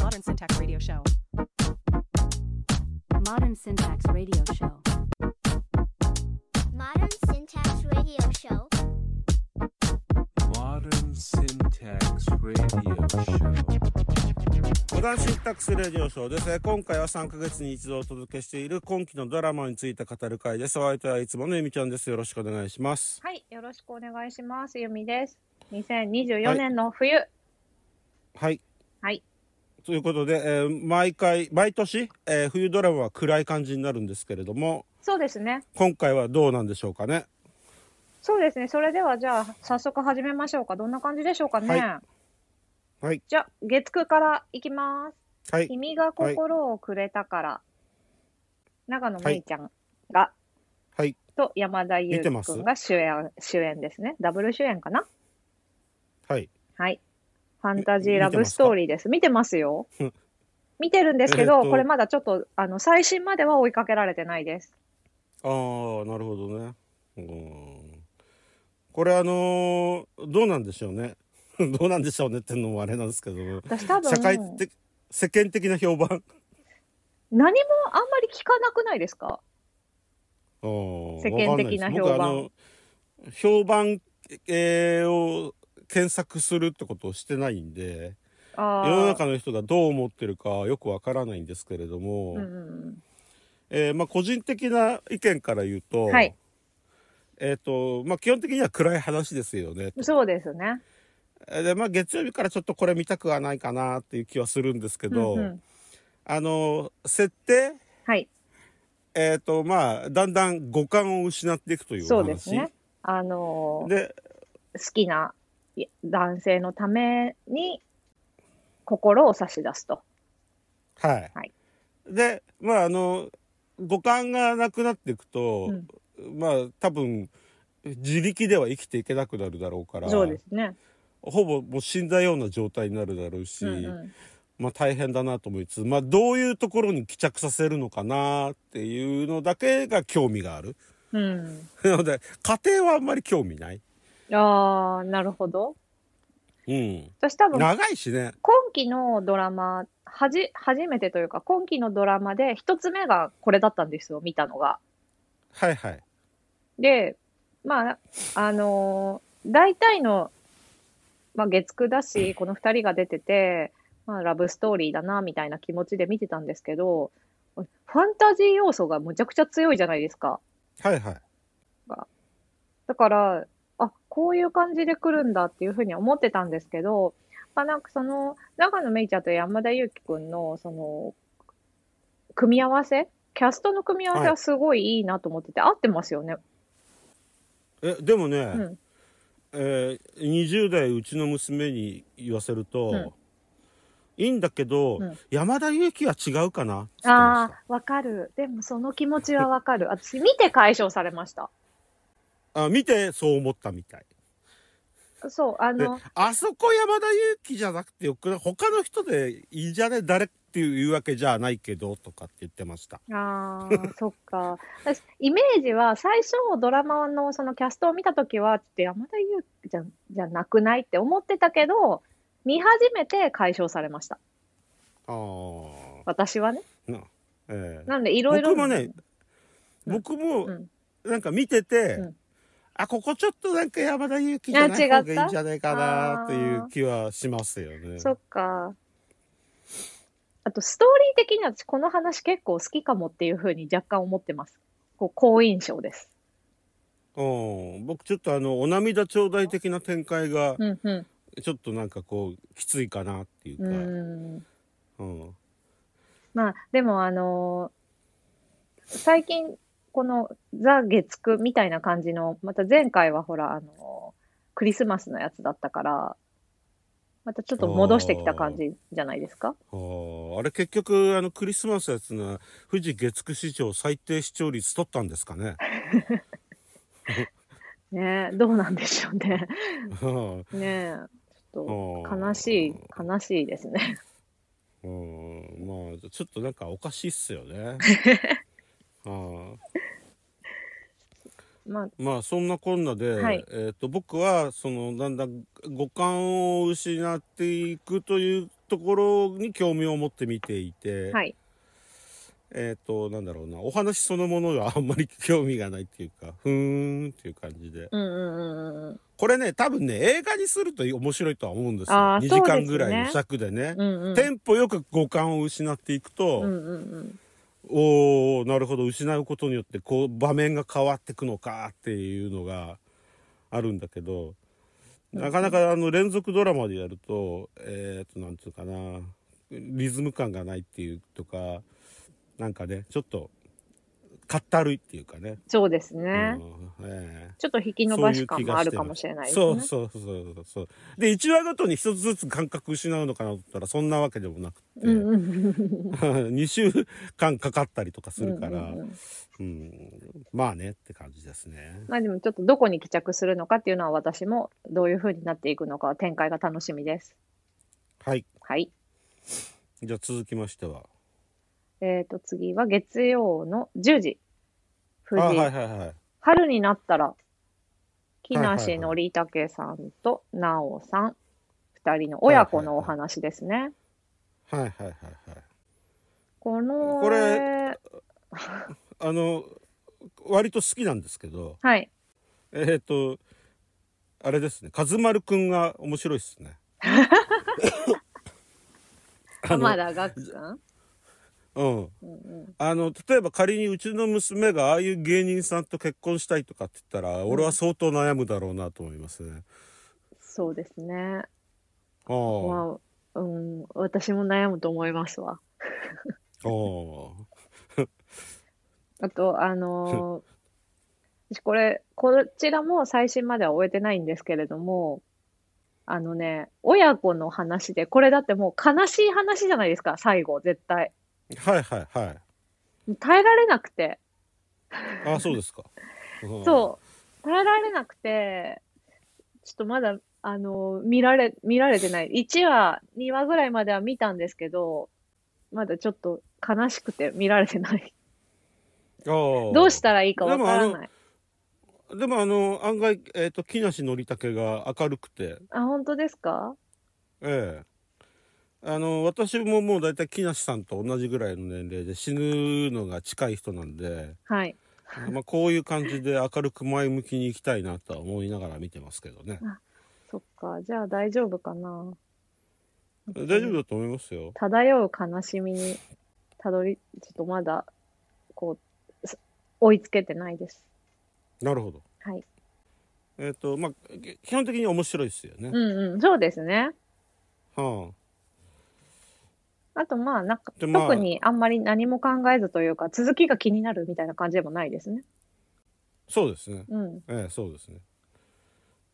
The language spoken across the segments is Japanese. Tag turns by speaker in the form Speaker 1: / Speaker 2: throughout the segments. Speaker 1: Modern Syntax Radio Show.
Speaker 2: Modern Syntax Radio Show.
Speaker 3: Modern Syntax Radio Show.
Speaker 4: Modern Syntax Radio Show.
Speaker 5: モダンシンタックスレディオショーです。えー今回は3ヶ月に一度お届けしている今期のドラマについて語る会です。お相手はいつものゆみちゃんです。よろしくお願いします。
Speaker 6: はい、よろしくお願いします。ゆみです。2024年の冬。はい。
Speaker 5: はい。ということで、えー毎回、毎年、えー冬ドラマは暗い感じになるんですけれども、
Speaker 6: そうですね。
Speaker 5: 今回はどうなんでしょうかね。
Speaker 6: そうですね。それではじゃあ、早速始めましょうか。どんな感じでしょうかね。
Speaker 5: ははい。
Speaker 6: じゃあ、月9からいきます。
Speaker 5: はい。
Speaker 6: 君が心をくれたから。長野めいちゃんが、
Speaker 5: はい。
Speaker 6: と山田裕
Speaker 5: 見てます
Speaker 6: 貴君が主演、主演ですね。ダブル主演かな。
Speaker 5: はい。
Speaker 6: はい。ファンタジー
Speaker 5: え
Speaker 6: ラブストーリーです。見てますよ。見てるんですけ
Speaker 5: え
Speaker 6: ど、
Speaker 5: っと
Speaker 6: これまだちょっと、あの、最新までは追いかけられてないです。
Speaker 5: ああ、なるほどね。うーん。これあのーどうなんでしょうね。 どうなんでしょうねってのもあれなんですけど、
Speaker 6: 私多分
Speaker 5: 社会的、世間的な評判。
Speaker 6: 何もあんまり聞かなくないですか
Speaker 5: 世
Speaker 6: 世間的な評判
Speaker 5: 評判、えーを検索するってことをしてないんで
Speaker 6: あ
Speaker 5: 世
Speaker 6: ー
Speaker 5: の中の人がどう思ってるかよくわからないんですけれども、
Speaker 6: うんうん
Speaker 5: えーまあ、個人的な意見から言うと,、
Speaker 6: はい
Speaker 5: えーとまあ、基本的には暗い話ですよね
Speaker 6: う。ん、そうですね。
Speaker 5: えーで、まあ、月曜日からちょっとこれ見たくはないかなっていう気はするんですけど、
Speaker 6: うんうん
Speaker 5: あの設定
Speaker 6: はい、
Speaker 5: えーとまあ、だんだん五感を失っていくというお話
Speaker 6: そうですね。あのー
Speaker 5: で
Speaker 6: 好きない男性のために心を差し出すと。
Speaker 5: はい。
Speaker 6: はい
Speaker 5: で、まああの五感がなくなっていくと、
Speaker 6: うん
Speaker 5: まあ多分自力では生きていけなくなるだろうから、
Speaker 6: そうですね。
Speaker 5: ほぼもう死んだような状態になるだろうし、
Speaker 6: うんうん
Speaker 5: まあ大変だなと思いつつ、まあどういうところに帰着させるのかなっていうのだけが興味がある。
Speaker 6: うん、
Speaker 5: なので家庭はあんまり興味ない。
Speaker 6: ああ、なるほど。
Speaker 5: うん。
Speaker 6: 私多分
Speaker 5: 長いしね。
Speaker 6: 今期のドラマはじ、初めてというか、今期のドラマで一つ目がこれだったんですよ、見たのが。
Speaker 5: はいはい。
Speaker 6: で、まあ、あのー大体の、まあ、月9だし、この2人が出てて、まあ、ラブストーリーだな、みたいな気持ちで見てたんですけど、ファンタジー要素がむちゃくちゃ強いじゃないですか。
Speaker 5: はいはい。
Speaker 6: だから、あ、こういう感じで来るんだっていうふうに思ってたんですけど、まあ、なんかその、長野めいちゃんと山田裕貴くんの、その、組み合わせキャストの組み合わせはすごいいいなと思ってて、合ってますよね。
Speaker 5: えでもね、
Speaker 6: ん
Speaker 5: えー20代うちの娘に言わせると、
Speaker 6: うん
Speaker 5: いいんだけど、
Speaker 6: うん
Speaker 5: 山田裕貴は違うかなって言ってま
Speaker 6: あ
Speaker 5: し
Speaker 6: あ、わかる。でもその気持ちはわかる。 私、見て解消されました。
Speaker 5: たあ見てそう思ったみたい
Speaker 6: そう、あ
Speaker 5: で
Speaker 6: の、
Speaker 5: あそこ山田裕貴じゃなくてよくない他の人でいいんじゃね誰っていうわけじゃないけどとかって言ってました
Speaker 6: ああ、そっか。 私、イメージは最初ドラマのそのキャストを見たときは、ちょっと山田裕貴じゃ、じゃなくないって思ってたけど、見始めて解消されました。
Speaker 5: ああ
Speaker 6: 私はね。
Speaker 5: なええ
Speaker 6: なんで、いろいろ。
Speaker 5: 僕もね僕も
Speaker 6: うん
Speaker 5: なんか見てて、
Speaker 6: うん
Speaker 5: あここちょっとなんか山田裕貴じゃない方がいいんじゃないかなってい
Speaker 6: あ違った
Speaker 5: う気はしますよね
Speaker 6: そっか。あと、ストーリー的には私、この話結構好きかもっていうふうに若干思ってます。こう、好印象です。
Speaker 5: うん、僕ちょっとあのお涙頂戴的な展開が
Speaker 6: うん、うん。
Speaker 5: ちょっとなんかこうきついかなっていう
Speaker 6: う
Speaker 5: か、
Speaker 6: ん。
Speaker 5: うん
Speaker 6: まあ、でも、あのー最近、このザ・月9みたいな感じの、また前回はほら、あのークリスマスのやつだったから、またちょっと戻してきた感じじゃないですか。
Speaker 5: あーあれ結局あのクリスマスやつのは富士月9市場最低視聴率取ったんですか ね
Speaker 6: ねえ、どうなんでしょうね。
Speaker 5: うん
Speaker 6: ねえ、ちょっと悲しい、悲しいですね。
Speaker 5: うんまあちょっとなんかおかしいっすよ ねうん
Speaker 6: まあ、
Speaker 5: まあそんなこんなで、
Speaker 6: はい
Speaker 5: えー、と僕はそのだんだん五感を失っていくというところに興味を持って見ていて、
Speaker 6: はい。
Speaker 5: えっ、と、なんだろうな、お話そのものがあ んまり興味がないっていうか、ふーんっていう感じで。
Speaker 6: うんうんうんうんうん。
Speaker 5: これね、多分ね、映画にすると面白いとは思うんですよ。
Speaker 6: あー
Speaker 5: 2
Speaker 6: そう
Speaker 5: 時
Speaker 6: ですね
Speaker 5: 間ぐらいの尺でね。
Speaker 6: うんうん。
Speaker 5: テンポよく五感を失っていくと、
Speaker 6: うんうんうん。
Speaker 5: おおなるほど失うことによってこう場面が変わってくのかっていうのがあるんだけどなかなかあの連続ドラマでやるとえっ、となんつうかなリズム感がないっていうとかなんかねちょっとかったるいっていうかね。
Speaker 6: そうですね。
Speaker 5: うんええ
Speaker 6: ちょっと引き伸ばし感もあるかもしれないですね。
Speaker 5: そうそうそうそうそうで1話ごとに一つずつ感覚失うのかなと思ったらそんなわけでもなくて、
Speaker 6: うんうん
Speaker 5: 2週間かかったりとかするから、
Speaker 6: うんうんうん
Speaker 5: うん、まあねって感じですね。
Speaker 6: まあでもちょっとどこに帰着するのかっていうのは私もどういう風になっていくのか展開が楽しみです。
Speaker 5: はい。
Speaker 6: はい。
Speaker 5: じゃあ続きましては。
Speaker 6: えーと、次は月曜の10時。
Speaker 5: あ
Speaker 6: 富
Speaker 5: はい
Speaker 6: 士、
Speaker 5: はいはい。
Speaker 6: 春になったら、木
Speaker 5: はい
Speaker 6: 梨
Speaker 5: はいは
Speaker 6: のりたけさんとなおさん、二人の親子のお話ですね。
Speaker 5: はいはいはいはい。
Speaker 6: この、
Speaker 5: これ、あの、割と好きなんですけど、
Speaker 6: はい。
Speaker 5: えっ、と、あれですね、かずまるくんが面白いですね。あ
Speaker 6: 浜
Speaker 5: の、
Speaker 6: 田岳さん。
Speaker 5: うん。
Speaker 6: うんうん、
Speaker 5: あの、例えば仮にうちの娘がああいう芸人さんと結婚したいとかって言ったら、俺は相当悩むだろうなと思いますね。
Speaker 6: そうですね。
Speaker 5: ああ。
Speaker 6: まあ、うん、私も悩むと思いますわ。
Speaker 5: ああ。
Speaker 6: あと、あ のー私これ、こちらも最新までは終えてないんですけれども、あのね、親子の話で、これだってもう悲しい話じゃないですか、最後、絶対。
Speaker 5: はいはいはい。
Speaker 6: 耐えられなくて。
Speaker 5: あ、そうですか。
Speaker 6: そう、耐えられなくて、ちょっとまだ、あのー見られ、見られてない。1話、2話ぐらいまでは見たんですけど、まだちょっと悲しくて見られてない。
Speaker 5: うん。ああ。
Speaker 6: どうしたらいいかわから
Speaker 5: でもあ
Speaker 6: ない。
Speaker 5: でもあの、案外、えっ、と、木梨憲武が明るくて、
Speaker 6: あ、本当ですか
Speaker 5: ええあの、私ももう大体木梨さんと同じぐらいの年齢で死ぬのが近い人なん で、
Speaker 6: はい。
Speaker 5: まあこういう感じで明るく前向きに行きたいなとは思いながら見てますけどね。
Speaker 6: そっか、じゃあ大丈夫かな。
Speaker 5: 大丈夫だと思いますよ。
Speaker 6: 漂う悲しみにたどり、ちょっとまだ、こう、す追いつけてないです。
Speaker 5: なるほど。
Speaker 6: はい。
Speaker 5: えっ、と、まあ、基基本的に面白いですよね。
Speaker 6: うんうん、そうですね。
Speaker 5: はあ。
Speaker 6: あとまあ、なんか、
Speaker 5: でまあ
Speaker 6: 特にあんまり何も考えずというか、続きが気になるみたいな感じでもないですね。
Speaker 5: そうですね。
Speaker 6: うん。
Speaker 5: ええ、そうですね。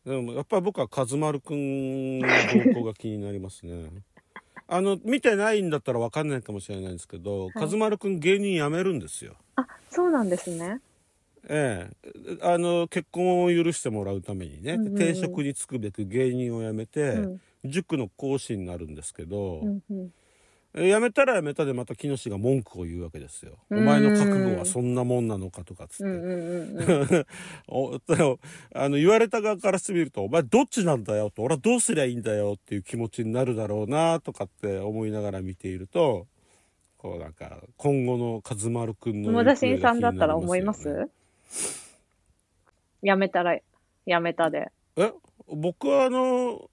Speaker 5: でもやっぱり僕は和丸くんの動向が気になりますね。 あの見てないんだったらわかんないかもしれないんですけど、
Speaker 6: はい
Speaker 5: 和丸くん芸人辞めるんですよ。
Speaker 6: あ、そうなんですね。
Speaker 5: ええ、あの結婚を許してもらうためにね、
Speaker 6: うんうんうん
Speaker 5: 定職に就くべく芸人を辞めて、
Speaker 6: うん。
Speaker 5: 塾の講師になるんですけど、
Speaker 6: うんうん。
Speaker 5: え辞めたら辞めたでまた木下が文句を言うわけですよ。お
Speaker 6: うん
Speaker 5: 前の覚悟はそんなもんなのかとかっつって、
Speaker 6: うんうんうんうん。
Speaker 5: おでもあの言われた側からしてみると「お前どっちなんだよ」と「俺はどうすりゃいいんだよ」っていう気持ちになるだろうなとかって思いながら見ているとこうなんか今後の和丸くんの
Speaker 6: 友
Speaker 5: 行方が
Speaker 6: 田
Speaker 5: 気にな
Speaker 6: 新さんだったら思いま
Speaker 5: りよね
Speaker 6: す やめたら、やめたで。
Speaker 5: え僕はあの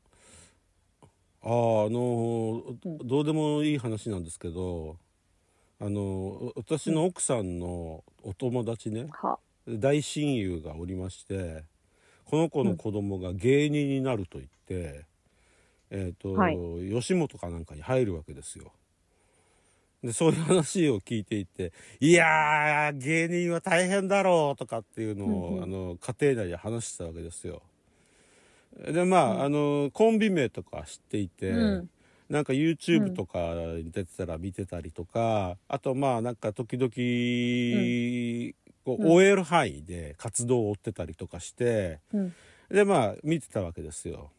Speaker 5: あーあのどどうでもいい話なんですけどあの私の奥さんのお友達ね
Speaker 6: は。
Speaker 5: 大親友がおりましてこの子の子供が芸人になると言って、えっ、と、
Speaker 6: はい
Speaker 5: 吉本かなんかに入るわけですよ。でそういう話を聞いていて「いやー芸人は大変だろう」とかっていうのを、
Speaker 6: うんうん
Speaker 5: あの家庭内で話してたわけですよ。でまあ,、あのコンビ名とか知っていて、
Speaker 6: うん
Speaker 5: なんか YouTube とかに出てたら見てたりとか、あとまあなんか時々、こう
Speaker 6: うん
Speaker 5: 終える範囲で活動を追ってたりとかして
Speaker 6: うん。
Speaker 5: でまあ見てたわけですよ。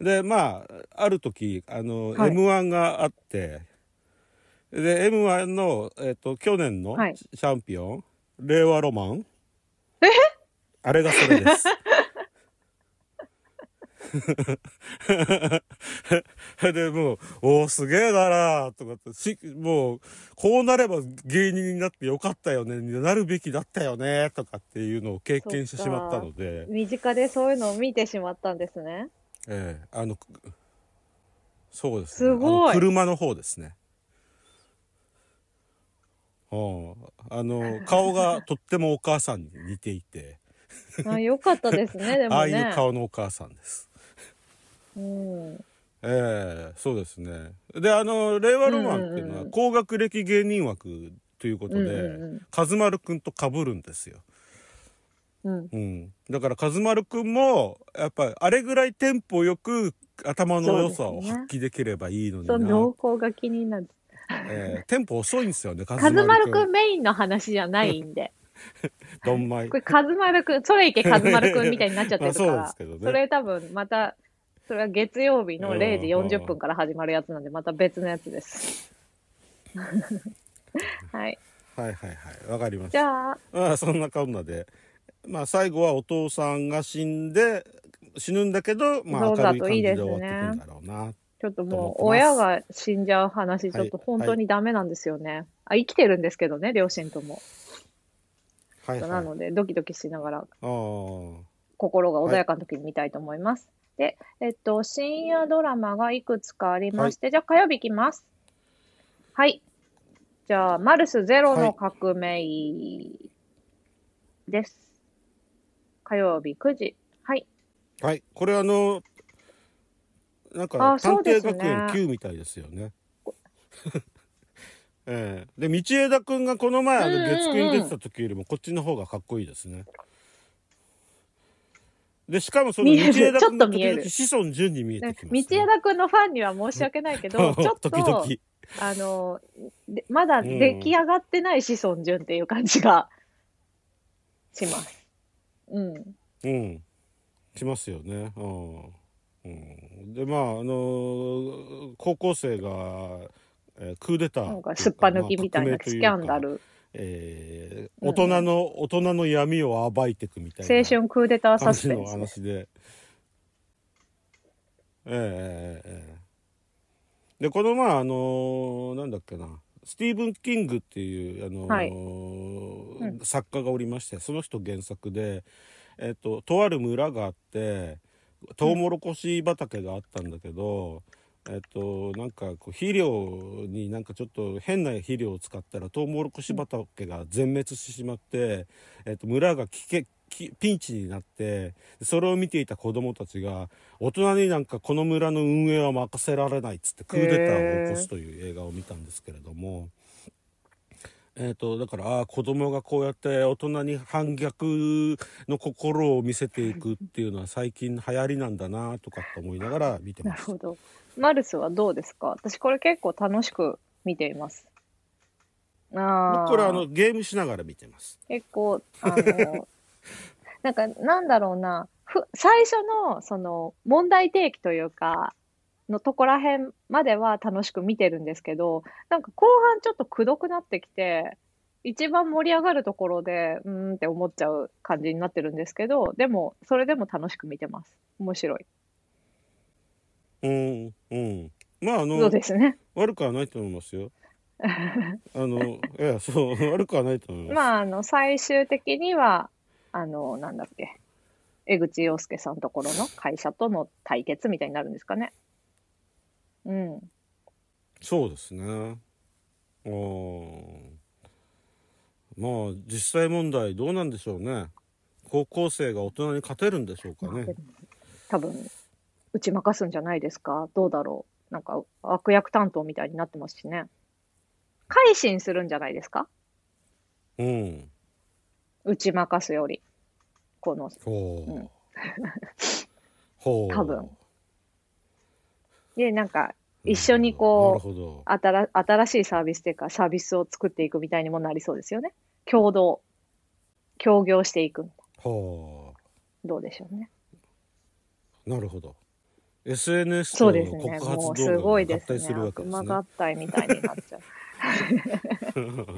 Speaker 5: でまあある時あの、
Speaker 6: はい
Speaker 5: m 1があってで m 1の、えっと去年の
Speaker 6: はい
Speaker 5: チャンピオン、令和ロ マンあれがそれです。 で、もう、おーすげえだなとかって、し、もう、こうなれば芸人になってよかったよね、なるべきだったよね、とかっていうのを経験してしまったので、
Speaker 6: 身近でそういうのを見てしまったんですね。
Speaker 5: ええあの、くそうです
Speaker 6: すごい
Speaker 5: あの車の方ですね。うんあの、 顔がとってもお母さんに似ていて、
Speaker 6: あよかったで すね、で
Speaker 5: あ
Speaker 6: も
Speaker 5: あいう
Speaker 6: ね。
Speaker 5: 顔のお母さんです。
Speaker 6: うん、
Speaker 5: ええそうですね。で、あの、令和ロマンっていうの
Speaker 6: うんうんう
Speaker 5: は、
Speaker 6: ん
Speaker 5: 高学歴芸人枠ということで、
Speaker 6: うんうんうん
Speaker 5: カズマルくんと被るんですよ。
Speaker 6: うん、
Speaker 5: うん。だから、カズマルくんも、やっぱり、あれぐらいテンポよく、頭の良さを発揮できればいいのにな。
Speaker 6: そう濃厚が気になる。
Speaker 5: ええテンポ遅いんですよね、カ
Speaker 6: カズマルく
Speaker 5: ん
Speaker 6: ん。メインの話じゃない んで。
Speaker 5: どんまい
Speaker 6: こ。れカズマルくん、それいけカズマルくんみたいになっちゃってる
Speaker 5: まあそ
Speaker 6: か
Speaker 5: うで
Speaker 6: ら
Speaker 5: す、けどね
Speaker 6: それ多分また、それは月曜日の0時40分から始まるやつなんで、また別のやつです。 はい。
Speaker 5: はいはいはい。わかりまし
Speaker 6: じ
Speaker 5: た。
Speaker 6: ゃあ、
Speaker 5: まあ、そんなこんなで。まあ、最後はお父さんが死んで、死ぬんだけど、まあ、
Speaker 6: そう
Speaker 5: 明
Speaker 6: だ
Speaker 5: るい
Speaker 6: と
Speaker 5: 感じ
Speaker 6: いい
Speaker 5: で
Speaker 6: です
Speaker 5: 終
Speaker 6: ね
Speaker 5: わっていくんだろうな。
Speaker 6: ちょっともう親が死んじゃう話、ちょっと本当にダメなんですよね。あ、生きてるんですけどね、両親とも。
Speaker 5: はい、はい。
Speaker 6: なので、ドキドキしながら
Speaker 5: ああ。
Speaker 6: 心が穏やかな時に見たいと思います。で、えっと、深夜ドラマがいくつかありまして、じゃあ火曜日いきます。はい。じゃあ、マルスゼロの革命です。火曜日9時。はい。
Speaker 5: はい、これあのなんか
Speaker 6: あ
Speaker 5: 探
Speaker 6: そうで
Speaker 5: 偵
Speaker 6: すね
Speaker 5: 学園 Q みたいですよね。 ええで道枝くんがこの前あ
Speaker 6: うん
Speaker 5: の
Speaker 6: うんうん
Speaker 5: 月9に出てた時よりもこっちの方がかっこいいですね。でしかもその
Speaker 6: 見える
Speaker 5: 道枝くんが
Speaker 6: ちょっと見
Speaker 5: 時
Speaker 6: え
Speaker 5: 々
Speaker 6: る
Speaker 5: 子孫順に見えて
Speaker 6: ね
Speaker 5: きます、
Speaker 6: 道枝くんのファンには申し訳ない けど、ちょっと、
Speaker 5: 時々
Speaker 6: あの、でまだ
Speaker 5: うん
Speaker 6: 出来上がってない子孫順っていう感じがします。うん。
Speaker 5: うんしますよね。うんうん、でまああのー高校生が、えークーデター
Speaker 6: なんか、すっぱ抜きみたい
Speaker 5: ま
Speaker 6: な
Speaker 5: あ
Speaker 6: ス
Speaker 5: 革
Speaker 6: キ
Speaker 5: 命というか
Speaker 6: ャンダル。
Speaker 5: えー
Speaker 6: うん
Speaker 5: 大人の、大人の闇を暴いていくみたいな
Speaker 6: 青春クーデターサ
Speaker 5: 感
Speaker 6: ス
Speaker 5: じ
Speaker 6: ペ
Speaker 5: の
Speaker 6: ンス。
Speaker 5: 話で。ええええええでこのまああのーなんだっけなスティーブン・キングっていう、あのー
Speaker 6: はい
Speaker 5: 作家がおりましてその人原作で、えっととある村があってトウモロコシ畑があったんだけど、えっとなんかこう肥料になんかちょっと変な肥料を使ったらトウモロコシ畑が全滅してしまって、えっと村が危険きピンチになってそれを見ていた子供たちが大人になんかこの村の運営は任せられないっつってクーデターを起こすという映画を見たんですけれども。えー、とだからああ子供がこうやって大人に反逆の心を見せていくっていうのは最近流行りなんだなとかって思いながら見てま
Speaker 6: なる
Speaker 5: し
Speaker 6: ほ
Speaker 5: た。
Speaker 6: ど。マルスはどうですか私これ結構楽しく見ています。ああ。
Speaker 5: これあのゲームしながら見てます。
Speaker 6: 結構、あ の、なんか、なんだろうな、ふ最初の、その、問題提起というか、のとこら辺までは楽しく見てるんですけど、なんか後半ちょっとくどくなってきて、一番盛り上がるところで、うーんって思っちゃう感じになってるんですけど、でも、それでも楽しく見てます。面白い。
Speaker 5: うんうん。まああ
Speaker 6: そう
Speaker 5: の
Speaker 6: ですね。
Speaker 5: 悪くはないと思います よ。あのいやそう悪くはないと思います。
Speaker 6: まあ、あの、最終的には、あの、なんだっけ、江口洋介さんところの会社との対決みたいになるんですかね。うん。
Speaker 5: そうですね。うん。まあ実際問題どうなんでしょうね。高校生が大人に勝てるんでしょうかね。
Speaker 6: 多分、打ち負かすんじゃないですかどうだろうなんか、悪役担当みたいになってますしね。改心するんじゃないですか
Speaker 5: うん。
Speaker 6: 打ち負かすより。この、
Speaker 5: ほう。
Speaker 6: うん
Speaker 5: ほう。
Speaker 6: 多分で、なんか、
Speaker 5: うん
Speaker 6: 一緒にこう
Speaker 5: なるほど。
Speaker 6: 新新しいサービスというかサービスを作っていくみたいにもなりそうですよね。共同、協業していくみたい
Speaker 5: ほ
Speaker 6: な。どうでしょうね。
Speaker 5: う。なるほど。SNS
Speaker 6: そ
Speaker 5: と
Speaker 6: うです
Speaker 5: 告
Speaker 6: ね。
Speaker 5: 発
Speaker 6: もうす
Speaker 5: 動
Speaker 6: ご
Speaker 5: 画
Speaker 6: い
Speaker 5: が合
Speaker 6: です
Speaker 5: 体す
Speaker 6: ね。
Speaker 5: るわけで
Speaker 6: 悪
Speaker 5: す
Speaker 6: 魔
Speaker 5: ね。
Speaker 6: 合体みたいになっちゃう。
Speaker 5: あー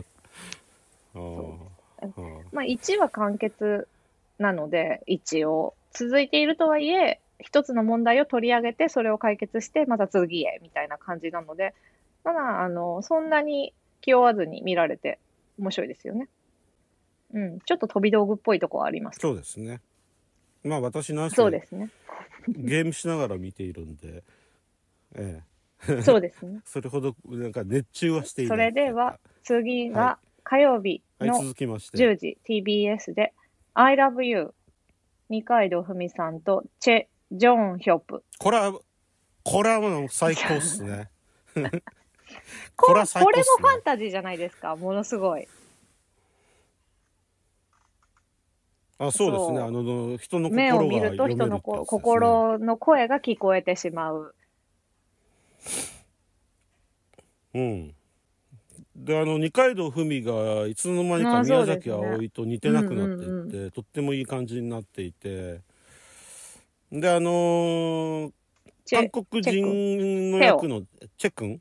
Speaker 5: あー
Speaker 6: まあ1は完結なので、一応。続いているとはいえ、一つの問題を取り上げて、それを解決して、また次へ、みたいな感じなので、ただ、あの、そんなに気負わずに見られて、面白いですよね。うん、ちょっと飛び道具っぽいとこはあります。
Speaker 5: そうですねまあ私なんせ
Speaker 6: そうですね。
Speaker 5: ゲームしながら見ているんで、ええ、
Speaker 6: そうですね。
Speaker 5: それほどなんか熱中はしていな
Speaker 6: そ
Speaker 5: い
Speaker 6: れでは、次は火曜日
Speaker 5: はい
Speaker 6: の
Speaker 5: 続きまして
Speaker 6: 10時 TBS で「ILOVEYOU」二階堂ふみさんとチェ・ジョンヒョプ
Speaker 5: これはこれはもう最高っすね これは最高
Speaker 6: こ
Speaker 5: っ
Speaker 6: れも
Speaker 5: す
Speaker 6: ファ
Speaker 5: ね
Speaker 6: ンタジーじゃないですかものすごい
Speaker 5: あそうですね
Speaker 6: そう
Speaker 5: あのの人の
Speaker 6: 目を
Speaker 5: 心
Speaker 6: 見
Speaker 5: が
Speaker 6: ると
Speaker 5: 読める
Speaker 6: 人
Speaker 5: って
Speaker 6: の
Speaker 5: やつです
Speaker 6: こ
Speaker 5: ね
Speaker 6: 心の声が聞こえてしまう
Speaker 5: うんであの二階堂ふみがいつの間に
Speaker 6: あ
Speaker 5: か
Speaker 6: ーそう
Speaker 5: 宮
Speaker 6: で
Speaker 5: 崎
Speaker 6: すね
Speaker 5: あおいと似てなくなっていって、
Speaker 6: うんうん
Speaker 5: とってもいい感じになっていてであのー
Speaker 6: チェ
Speaker 5: 韓国人の役のチェ君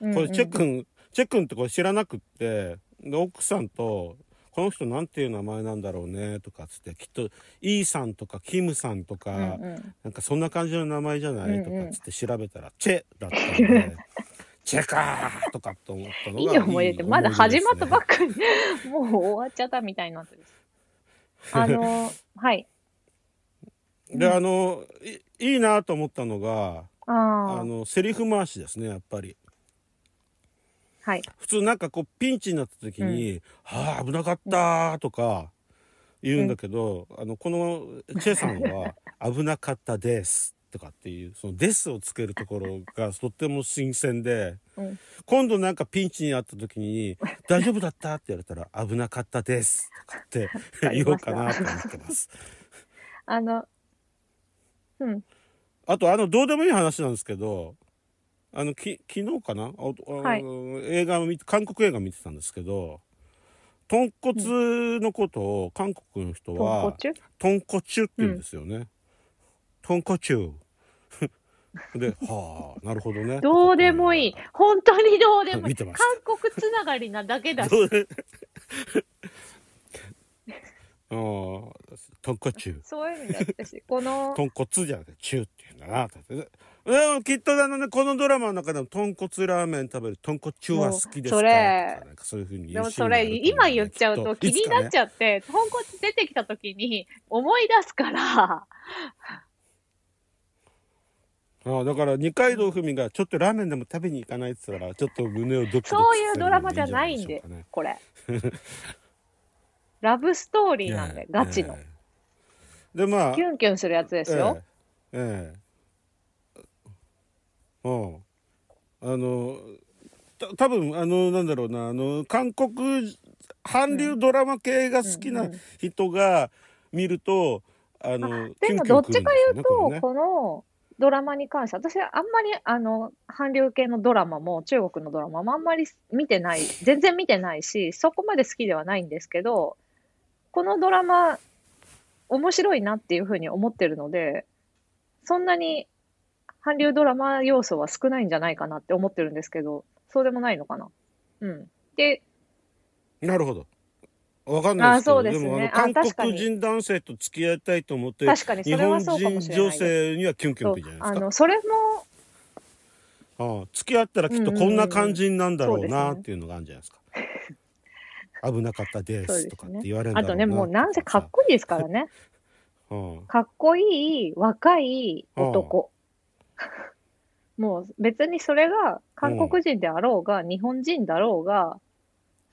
Speaker 6: うんうん
Speaker 5: これチェ君チェ君ってこれ知らなくってで奥さんと「この人なんていう名前なんだろうね」とかっつってきっとイーさんとかキムさんとか、
Speaker 6: うんうん
Speaker 5: なんかそんな感じの名前じゃな
Speaker 6: うんう
Speaker 5: い
Speaker 6: ん
Speaker 5: とかっつって調べたら「チェ」だったんで 「チェかー」とかと思ったのが
Speaker 6: いい思い出ってまだ始まったばっ
Speaker 5: か
Speaker 6: かりもう終わっちゃったみたいになってる あのはい
Speaker 5: りであのいいいなと思ったのが
Speaker 6: あ
Speaker 5: あ
Speaker 6: あ
Speaker 5: のセリフ回しですねやっぱり
Speaker 6: はい
Speaker 5: 普通なんかこうピンチになった時に「はあ危なかった」とか言うんだけど、あのこのチェさん は「危なかったです」とかっていうその「です」をつけるところがとっても新鮮で、
Speaker 6: うん
Speaker 5: 今度なんかピンチにあった時に 「大丈夫だった?」って言われたら「危なかったです」とかって
Speaker 6: かり
Speaker 5: 言おう
Speaker 6: ました
Speaker 5: かなと思ってます。
Speaker 6: あのうん
Speaker 5: あとあのどうでもいい話なんですけどあのき昨日かなああ
Speaker 6: はい
Speaker 5: 映画を見て韓国映画見てたんですけど豚骨のことを韓国の人
Speaker 6: 豚
Speaker 5: は
Speaker 6: 骨中
Speaker 5: 豚骨中って言うんですよね。豚骨 中で、はあ、なるほどね。
Speaker 6: どうでもいい。本当にどうでもいい。
Speaker 5: 見て
Speaker 6: 韓
Speaker 5: ました
Speaker 6: 国つながりなだけだし。
Speaker 5: どうで あー豚骨中。
Speaker 6: そういう意味だし、この、
Speaker 5: 豚骨じゃなくて中っていうんだなと思ってでもきっとあのねこのドラマの中でも豚骨ラーメン食べる豚骨中は好きですか
Speaker 6: もうそれ
Speaker 5: とかなんかそういうふうに
Speaker 6: で
Speaker 5: 言う
Speaker 6: も
Speaker 5: シー
Speaker 6: そ
Speaker 5: ンがあ
Speaker 6: れ、
Speaker 5: ると思
Speaker 6: 今言っちゃう
Speaker 5: き
Speaker 6: と
Speaker 5: っ
Speaker 6: 気になっち
Speaker 5: ゃ
Speaker 6: ゃって、豚骨出てきた時に思い出 すから、
Speaker 5: うああだから二階堂ふみがちょっとラーメンでも食べに行かないって言ったからちょっと胸をドキドキ
Speaker 6: そういうドラマじゃないん
Speaker 5: さ
Speaker 6: で
Speaker 5: せるのもいいんじゃないでしょうかね、
Speaker 6: これ。ラブストーリーなん
Speaker 5: え
Speaker 6: で
Speaker 5: え、
Speaker 6: ガチの
Speaker 5: え。えでまあ
Speaker 6: キュンキュンするやつですよ。
Speaker 5: ええええうんあのた多分あのなんだろうなあの韓国韓流ドラマ系が好きな人が見ると、あの
Speaker 6: で
Speaker 5: キ
Speaker 6: も
Speaker 5: ュ
Speaker 6: どっ
Speaker 5: ンキュ
Speaker 6: ち
Speaker 5: ン
Speaker 6: か
Speaker 5: くるんで
Speaker 6: 言う
Speaker 5: すよねこれ
Speaker 6: と、
Speaker 5: ね
Speaker 6: このドラマに関して、私はあんまりあの、韓流系のドラマも中国のドラマもあんまり見てない、全然見てないし、そこまで好きではないんですけど、このドラマ、面白いなっていうふうに思ってるので、そんなに韓流ドラマ要素は少ないんじゃないかなって思ってるんですけど、そうでもないのかな。うん。で、
Speaker 5: なるほどわかんないですけど
Speaker 6: あそうですね
Speaker 5: もあの
Speaker 6: あ
Speaker 5: 韓
Speaker 6: 確か
Speaker 5: 国
Speaker 6: に
Speaker 5: 人男性と付き合いたいと思って
Speaker 6: 確かにそ
Speaker 5: 日
Speaker 6: れは
Speaker 5: 本
Speaker 6: そうかも
Speaker 5: 人
Speaker 6: しれない
Speaker 5: 女
Speaker 6: です
Speaker 5: 性にはキュンキュン
Speaker 6: そ
Speaker 5: っ
Speaker 6: う
Speaker 5: ていいじゃない
Speaker 6: あ
Speaker 5: ですか
Speaker 6: の、それも、
Speaker 5: ああ付き合ったらきっとこんな感じになんだろう
Speaker 6: うんうんうんそうです
Speaker 5: な
Speaker 6: ね
Speaker 5: っていうのがあるんじゃないですか。危なか ったで
Speaker 6: そうです
Speaker 5: す
Speaker 6: ね
Speaker 5: とかって言われるんだ
Speaker 6: あ
Speaker 5: ろうな
Speaker 6: とね、もうなんせかっこいいですからね。
Speaker 5: うん
Speaker 6: かっこいい若い男。もう別にそれが韓国人であろうが、日本人だろうが、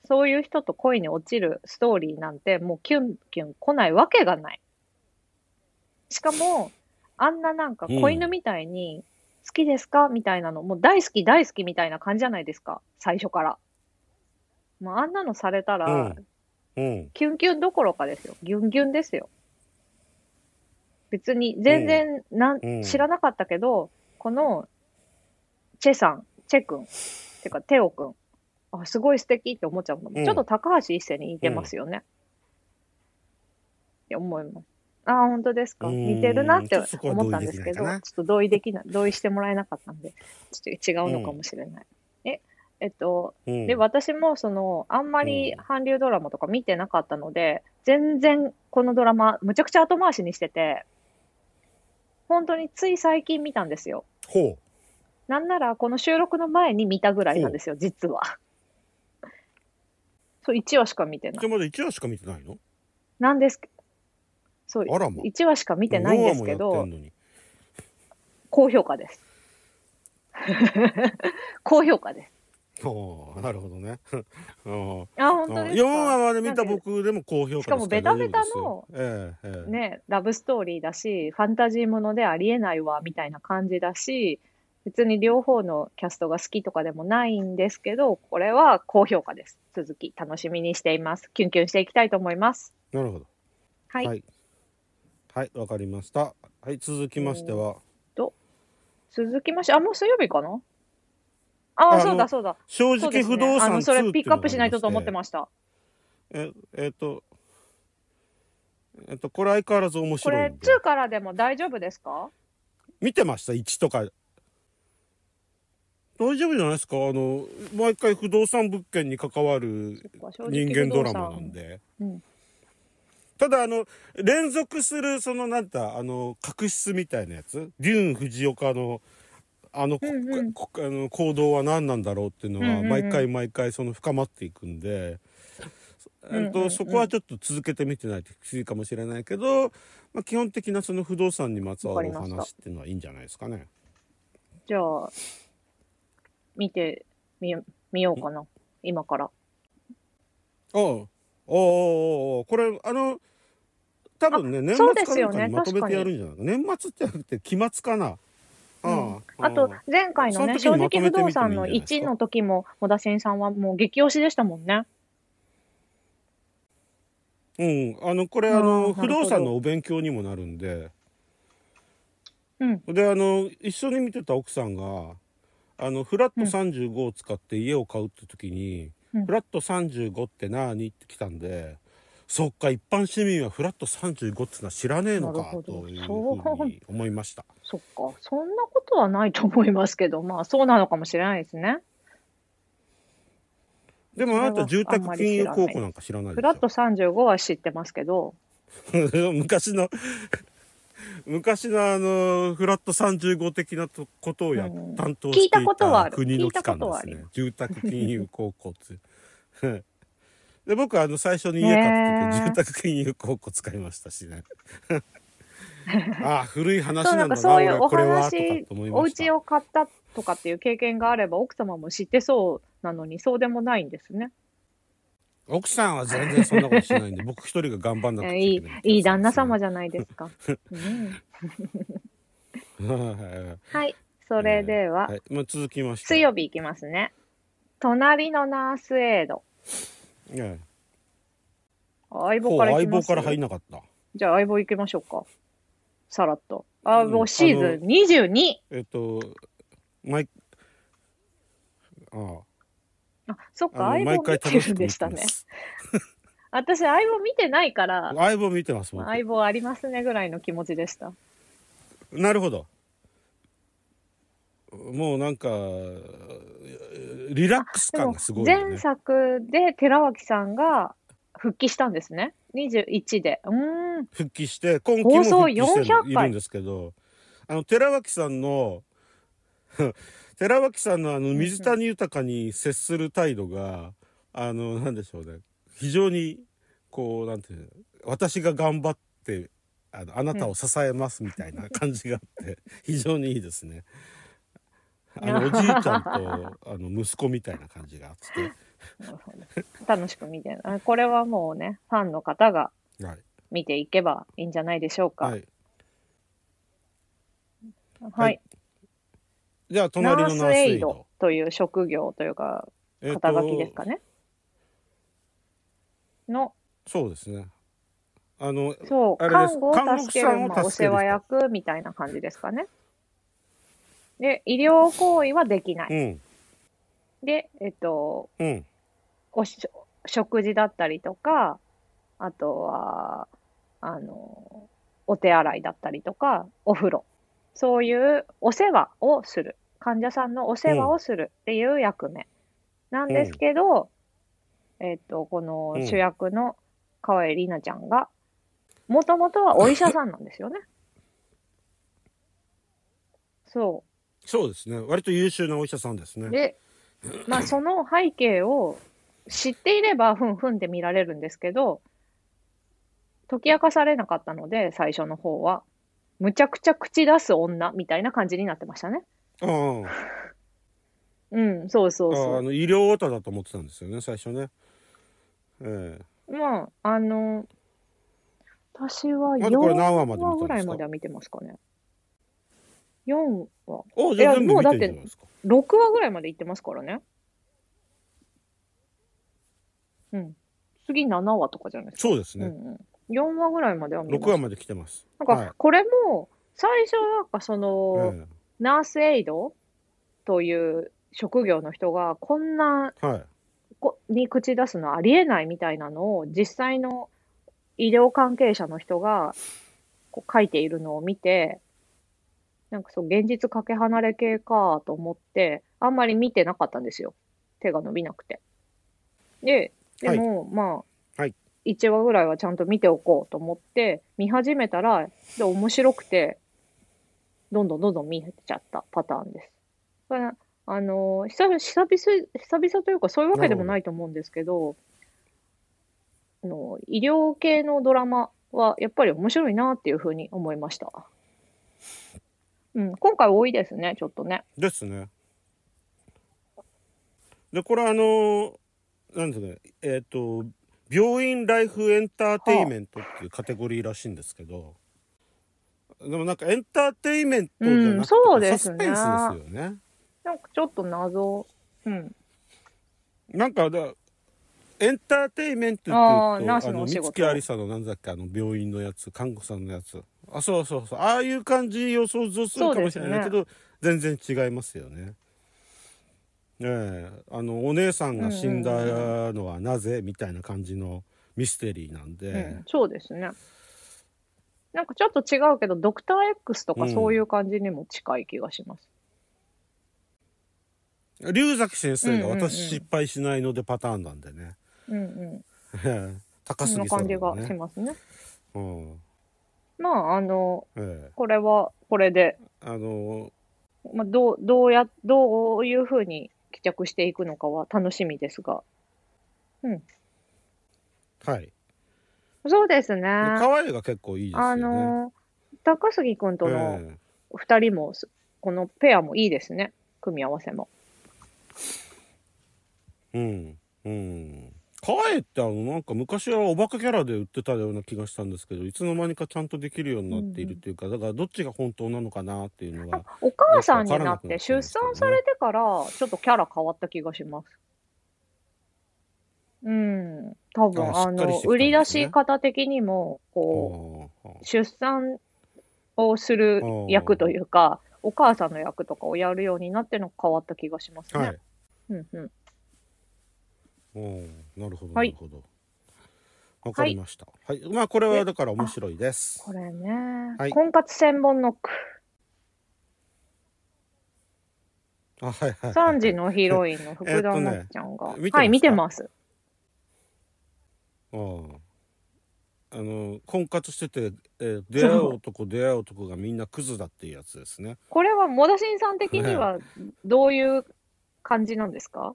Speaker 6: そういう人と恋に落ちるストーリーなんてもうキュンキュン来ないわけがない。しかも、あんななんか子犬みたいに、好きですかみたいなの、もう大好き大好きみたいな感じじゃないですか、最初から。もうあんなのされた
Speaker 5: う
Speaker 6: ら
Speaker 5: ん、うん
Speaker 6: キュンキュンどころかですよ。ギュンギュンですよ。別に全然なん、
Speaker 5: うん
Speaker 6: 知らなかったけど、このチェさん、チェ君、てかテオ君、あ、すごい素敵って思っちゃうのも、
Speaker 5: うん
Speaker 6: ちょっと高橋一生に似てますよね。って思います。あ、本当ですか。
Speaker 5: うーん
Speaker 6: 似てるなっ
Speaker 5: ち
Speaker 6: て
Speaker 5: ょっとそこは
Speaker 6: 思ったんですけど、ち
Speaker 5: 同意できないか
Speaker 6: ょっ
Speaker 5: な
Speaker 6: と同意できない、同意してもらえなかったんで、ちょっと違うのかもしれない。え、えっと、
Speaker 5: うん
Speaker 6: で、私もその、あんまり
Speaker 5: うん
Speaker 6: 韓流ドラマとか見てなかったので、全然このドラマ、むちゃくちゃ後回しにしてて、本当につい最近見たんですよ。
Speaker 5: ほ
Speaker 6: なんならこの収録の前に見たぐらいなんですよ、実は。 そう、1話しか見て
Speaker 5: う
Speaker 6: な
Speaker 5: じ
Speaker 6: い。
Speaker 5: ゃあまだ1話しか見てないの
Speaker 6: なんですけそう、
Speaker 5: あらま
Speaker 6: 1話しか見てないんですけ
Speaker 5: 4話もやって
Speaker 6: ど
Speaker 5: ん、のに
Speaker 6: 高評価です。 高評価です。
Speaker 5: ああなるほどね あ
Speaker 6: あ、
Speaker 5: あ
Speaker 6: 本当です
Speaker 5: 4
Speaker 6: か
Speaker 5: 話まで見た
Speaker 6: なんで
Speaker 5: 僕でも高評価です
Speaker 6: しかもベタベタの
Speaker 5: 大丈夫ですよええええ
Speaker 6: ね、ラブストーリーだし、ファンタジーものでありえないわみたいな感じだし、別に両方のキャストが好きとかでもないんですけど、これは高評価です。続き楽しみにしています。キュンキュンしていきたいと思います。
Speaker 5: なるほど
Speaker 6: はい。
Speaker 5: はいはいわ、かりましたはい続きましては
Speaker 6: 続きまして、あ、もう水曜日かなあ
Speaker 5: あ
Speaker 6: あ、そう
Speaker 5: あの
Speaker 6: だそうだ。
Speaker 5: 正
Speaker 6: そうで
Speaker 5: 直
Speaker 6: すね
Speaker 5: 不動
Speaker 6: あ
Speaker 5: 産
Speaker 6: の、
Speaker 5: 2
Speaker 6: それピックアップしないとと思って
Speaker 5: す
Speaker 6: ました。
Speaker 5: ええっとえっとこれ相変わらず面
Speaker 6: こ
Speaker 5: 白い
Speaker 6: れ
Speaker 5: ん、で
Speaker 6: 2からでも大丈夫ですか
Speaker 5: 見てました1とか大丈夫じゃないですかあの毎回不動産物件に関わる人間ドラマなん。で
Speaker 6: うん
Speaker 5: ただあの連続するそのなんだあの確執みたいなやつデューン・藤岡のあの,こ、
Speaker 6: うんうん
Speaker 5: こあの行動は何なんだろうっていうの
Speaker 6: うんう
Speaker 5: は
Speaker 6: んうん
Speaker 5: 毎回毎回その深まっていくんで、
Speaker 6: んうん
Speaker 5: えっとそこはちょっと続けて見てないときついかもしれないけど、まあ、基本的なその不動産にまつわるお
Speaker 6: わかりま
Speaker 5: 話
Speaker 6: し
Speaker 5: っていうのはいいんじゃないですかね。
Speaker 6: じゃあ、見てみよ見ようかな。今から。
Speaker 5: ああおうおうおうおうこれあの多分ね年
Speaker 6: そう
Speaker 5: 末
Speaker 6: で
Speaker 5: か
Speaker 6: す
Speaker 5: なん
Speaker 6: よ
Speaker 5: か
Speaker 6: ね
Speaker 5: にまとめてやるんじゃないか年末じゃなくて期末かな。あ
Speaker 6: うんあと、前回のね、
Speaker 5: そ
Speaker 6: 正
Speaker 5: の時にまとめ
Speaker 6: 直不
Speaker 5: てみてもいいん
Speaker 6: 動
Speaker 5: じゃない
Speaker 6: 産の
Speaker 5: ですか
Speaker 6: 1の時も、小田千さんはもう激推しでしたもんね。
Speaker 5: うん、あのこれ
Speaker 6: あー
Speaker 5: あの
Speaker 6: な
Speaker 5: 不
Speaker 6: るほど
Speaker 5: 動産のお勉強にもなるんで
Speaker 6: うん。
Speaker 5: であの一緒に見てた奥さんがあのフラット35を使って家を買うって時に、
Speaker 6: うん
Speaker 5: フラット35って何って来たんでそっか一般市民はフラット35ってのは知らねえの
Speaker 6: な
Speaker 5: か
Speaker 6: るほど
Speaker 5: というふうに思いました。
Speaker 6: そっか。そんなことはないと思いますけど、 まあ、そうなのかもしれないですね。
Speaker 5: でもあなた
Speaker 6: そ
Speaker 5: 住
Speaker 6: れはあんま
Speaker 5: 宅
Speaker 6: り
Speaker 5: 金融
Speaker 6: 知らない
Speaker 5: 公庫なんか知らない
Speaker 6: フ
Speaker 5: で
Speaker 6: ラット35は知ってますけど、
Speaker 5: しょ 昔の昔のあのフラット35的なとことをや、
Speaker 6: うん
Speaker 5: 担当して
Speaker 6: 聞
Speaker 5: い
Speaker 6: いたことはあ
Speaker 5: た
Speaker 6: る
Speaker 5: 国の機関
Speaker 6: 聞いたこと
Speaker 5: で
Speaker 6: はあ
Speaker 5: す
Speaker 6: り
Speaker 5: ね
Speaker 6: ま
Speaker 5: 住宅金融公庫っていうで僕はあの最初に家買った時
Speaker 6: ねえ
Speaker 5: 住宅金融公庫使いました しねああ古い話
Speaker 6: そ
Speaker 5: な
Speaker 6: うん
Speaker 5: だな
Speaker 6: なんかそういうお
Speaker 5: 俺これはとか
Speaker 6: 話
Speaker 5: と思い、
Speaker 6: お
Speaker 5: ました
Speaker 6: 家を買ったとかっていう経験があれば、奥様も知ってそうなのに、そうでもないんですね。
Speaker 5: 奥さんは全然そんなことしないんで僕一人が頑張んなくちゃ
Speaker 6: え
Speaker 5: い
Speaker 6: い
Speaker 5: けない
Speaker 6: い、いい旦那様
Speaker 5: じ
Speaker 6: じゃないです か。うん
Speaker 5: ゃ
Speaker 6: はい。それでは、
Speaker 5: はい、まあ、続きまして
Speaker 6: 水曜日いきますね。隣のナースエイド。
Speaker 5: ええ
Speaker 6: 相
Speaker 5: ほ
Speaker 6: 棒
Speaker 5: う
Speaker 6: からい
Speaker 5: 相
Speaker 6: きま
Speaker 5: 棒
Speaker 6: す
Speaker 5: から入んなかった
Speaker 6: じゃあ相棒行きましょうか。さらっと。相
Speaker 5: う
Speaker 6: 棒
Speaker 5: ん
Speaker 6: シーズン22。
Speaker 5: えっと毎あ
Speaker 6: あ、そっ
Speaker 5: あ
Speaker 6: か、
Speaker 5: あの
Speaker 6: 相
Speaker 5: 毎
Speaker 6: 棒見
Speaker 5: 回
Speaker 6: て
Speaker 5: 楽し
Speaker 6: るん
Speaker 5: く見
Speaker 6: でしてた
Speaker 5: ま
Speaker 6: ね。
Speaker 5: す
Speaker 6: 私、相棒見てないから、
Speaker 5: 相棒見てます僕
Speaker 6: 相棒ありますねぐらいの気持ちでした。
Speaker 5: なるほどもうなんかリラックス
Speaker 6: で
Speaker 5: 感
Speaker 6: も
Speaker 5: がすごいよ
Speaker 6: 前
Speaker 5: ね
Speaker 6: 作で寺脇さんが復帰したんですね。21で。うーん。
Speaker 5: 復帰して今期も
Speaker 6: 放送
Speaker 5: 復帰してる
Speaker 6: 400
Speaker 5: い
Speaker 6: 回
Speaker 5: るんですけどあの寺脇さんの 寺脇さんのあの水谷豊に接する態度があのなんでしょうね非常にこうなんていうの私が頑張ってあのあなたを支えますみたいな感じがあって、非常にいいですね。あのおじいちゃんとあの息子みたいな感じがあって、
Speaker 6: なるほど楽しく見てる。あこれはもうね、ファンの方が
Speaker 5: はい
Speaker 6: 見ていけばいいんじゃないでしょうか。
Speaker 5: は
Speaker 6: はい。
Speaker 5: い、はいじゃあ隣
Speaker 6: ナ
Speaker 5: の
Speaker 6: ー
Speaker 5: ナー
Speaker 6: ス
Speaker 5: ス
Speaker 6: エ
Speaker 5: エ
Speaker 6: イ
Speaker 5: イド
Speaker 6: ドという職業というか、
Speaker 5: えっと
Speaker 6: 肩書きですかね。の、
Speaker 5: そうですね。あの、
Speaker 6: そう、
Speaker 5: あれです
Speaker 6: 看護を助ける、
Speaker 5: 看護婦さんを助ける人
Speaker 6: まあ、お世話役みたいな感じですかね。で、医療行為はできな
Speaker 5: う
Speaker 6: い。
Speaker 5: ん、
Speaker 6: で、えっと、
Speaker 5: うん、
Speaker 6: おし食事だったりとか、あとは、あの、お手洗いだったりとか、お風呂。そういうお世話をする。患者さんのお世話をするっていう役目なんですけど、えっと、この主役の川栄李奈ちゃんが、もともとはお医者さんなんですよね。そ
Speaker 5: そうですね割と優秀なお医者さんです
Speaker 6: う。
Speaker 5: ね
Speaker 6: で、まあ、その背景を知っていれば、ふんふんって見られるんですけど、解き明かされなかったので、最初の方は。むちゃくちゃ口出す女みたいな感じになってましたね。
Speaker 5: ああ
Speaker 6: うん、そうそう
Speaker 5: あ
Speaker 6: そ
Speaker 5: あの医療オタだと思ってたんですよね最初ねええ
Speaker 6: う。まあ、あの、私は
Speaker 5: まずこれ
Speaker 6: 4
Speaker 5: 何話まで
Speaker 6: 話
Speaker 5: 見
Speaker 6: ぐ
Speaker 5: たんで
Speaker 6: らい
Speaker 5: すか
Speaker 6: までは見てますかね。4話、
Speaker 5: おじゃあ
Speaker 6: いや
Speaker 5: 全部
Speaker 6: もう
Speaker 5: 見
Speaker 6: だってて
Speaker 5: んじゃないですか
Speaker 6: 6話ぐらいまで行ってますからね。うん。次7話とかじゃないですか。
Speaker 5: そうです
Speaker 6: う
Speaker 5: ね、
Speaker 6: んうん。4話ぐらいまでは見ま
Speaker 5: 6
Speaker 6: した
Speaker 5: 話まで来てます
Speaker 6: なん
Speaker 5: はい
Speaker 6: か、これも、最初はなんかその、
Speaker 5: え
Speaker 6: ナースエイドという職業の人が、こんな
Speaker 5: えはい
Speaker 6: こに口出すのありえないみたいなのを実際の医療関係者の人がこう書いているのを見て、なんかそう、現実かけ離れ系かと思って、あんまり見てなかったんですよ。手が伸びなくて。で、でも、まあ、
Speaker 5: はい
Speaker 6: 1話ぐらいはちゃんと見ておこうと思って、見始めたら、で、面白くて、どんどんどんどん見ちゃったパターンです。これあのー久々、久々、久々というか、そういうわけでもないと思うんですけど、あの医療系のドラマはやっぱり面白いなっていうふうに思いました。うん、今回多いですね、ちょっとね。
Speaker 5: ですね。で、これあの、なんですかね、えっ、と、病院ライフエンターテインメントっていうカテゴリーらしいんですけど、でもなんかエンターテインメントじゃ
Speaker 6: う
Speaker 5: なんくて、
Speaker 6: そうですね
Speaker 5: サスペンスですよね。
Speaker 6: なんかちょっと謎。うん。
Speaker 5: なんかだ、エンターテインメントっていうと、
Speaker 6: あ
Speaker 5: あ
Speaker 6: ーナースの
Speaker 5: の、
Speaker 6: お仕
Speaker 5: 三
Speaker 6: 事
Speaker 5: 月ありさのなんだっけ、あの、病院のやつ、看護さんのやつ。あ、そうそうそう。ああいう感じを想像するかもしれないけど、全然違いますよね。ねえ、あの、お姉さんが死んだのはなぜみたいな感じのミステリーなんで、
Speaker 6: うん、そうですね。なんかちょっと違うけど、ドクター X とかそういう感じにも近い気がします。
Speaker 5: 龍崎先生が
Speaker 6: うんうんうん
Speaker 5: 私失敗しないのでパターンなんでね。
Speaker 6: うんうん。
Speaker 5: 高
Speaker 6: そ
Speaker 5: 杉
Speaker 6: んな
Speaker 5: さん
Speaker 6: 感じ
Speaker 5: な
Speaker 6: が
Speaker 5: んで
Speaker 6: し
Speaker 5: ね。
Speaker 6: ますね。
Speaker 5: うん。
Speaker 6: まあ、あの、
Speaker 5: ええ。
Speaker 6: これは、これで、
Speaker 5: あの、
Speaker 6: まあ、どう、どうや、どういうふうに帰着していくのかは楽しみですが。
Speaker 5: はい。
Speaker 6: そうですね。あ
Speaker 5: 可愛いが結構いいですよね。
Speaker 6: の、高杉くんとの
Speaker 5: え
Speaker 6: 二人も、すこのペアもいいですね。組み合わせも。
Speaker 5: えうんうん可愛いってあのなんか昔はおバカキャラで売ってたような気がしたんですけどいつの間にかちゃんとできるようになっているというか、だからどっちが本当なのかなっていうのが
Speaker 6: お母さんになっ
Speaker 5: よくわからなく
Speaker 6: て
Speaker 5: なって
Speaker 6: 出
Speaker 5: ますけどね
Speaker 6: 産されてから、ちょっとキャラ変わった気がします。うん。多分、
Speaker 5: あ
Speaker 6: あ
Speaker 5: しっかりしてきたんです
Speaker 6: の、
Speaker 5: ね
Speaker 6: 売り出し方的にも、こう、
Speaker 5: ああ
Speaker 6: 出産をする役というか、お母さんの役とかをやるようになっての変わった気がします
Speaker 5: は
Speaker 6: ね
Speaker 5: い。、
Speaker 6: うんうん。
Speaker 5: うんなるほどな
Speaker 6: はい
Speaker 5: るほどわ、かりましたはい、まあこれはだから面白いです
Speaker 6: これね、
Speaker 5: はい
Speaker 6: 婚活専門の句、
Speaker 5: あはいはい
Speaker 6: 3時のヒロインの福田まっちゃんが、
Speaker 5: えっとね見てますか
Speaker 6: はい、見てます。
Speaker 5: うんあの婚活してて、えー出会う男出会う男がみんなクズだっていうやつですね
Speaker 6: これは、モダシンさん的にはどういう感じなんですか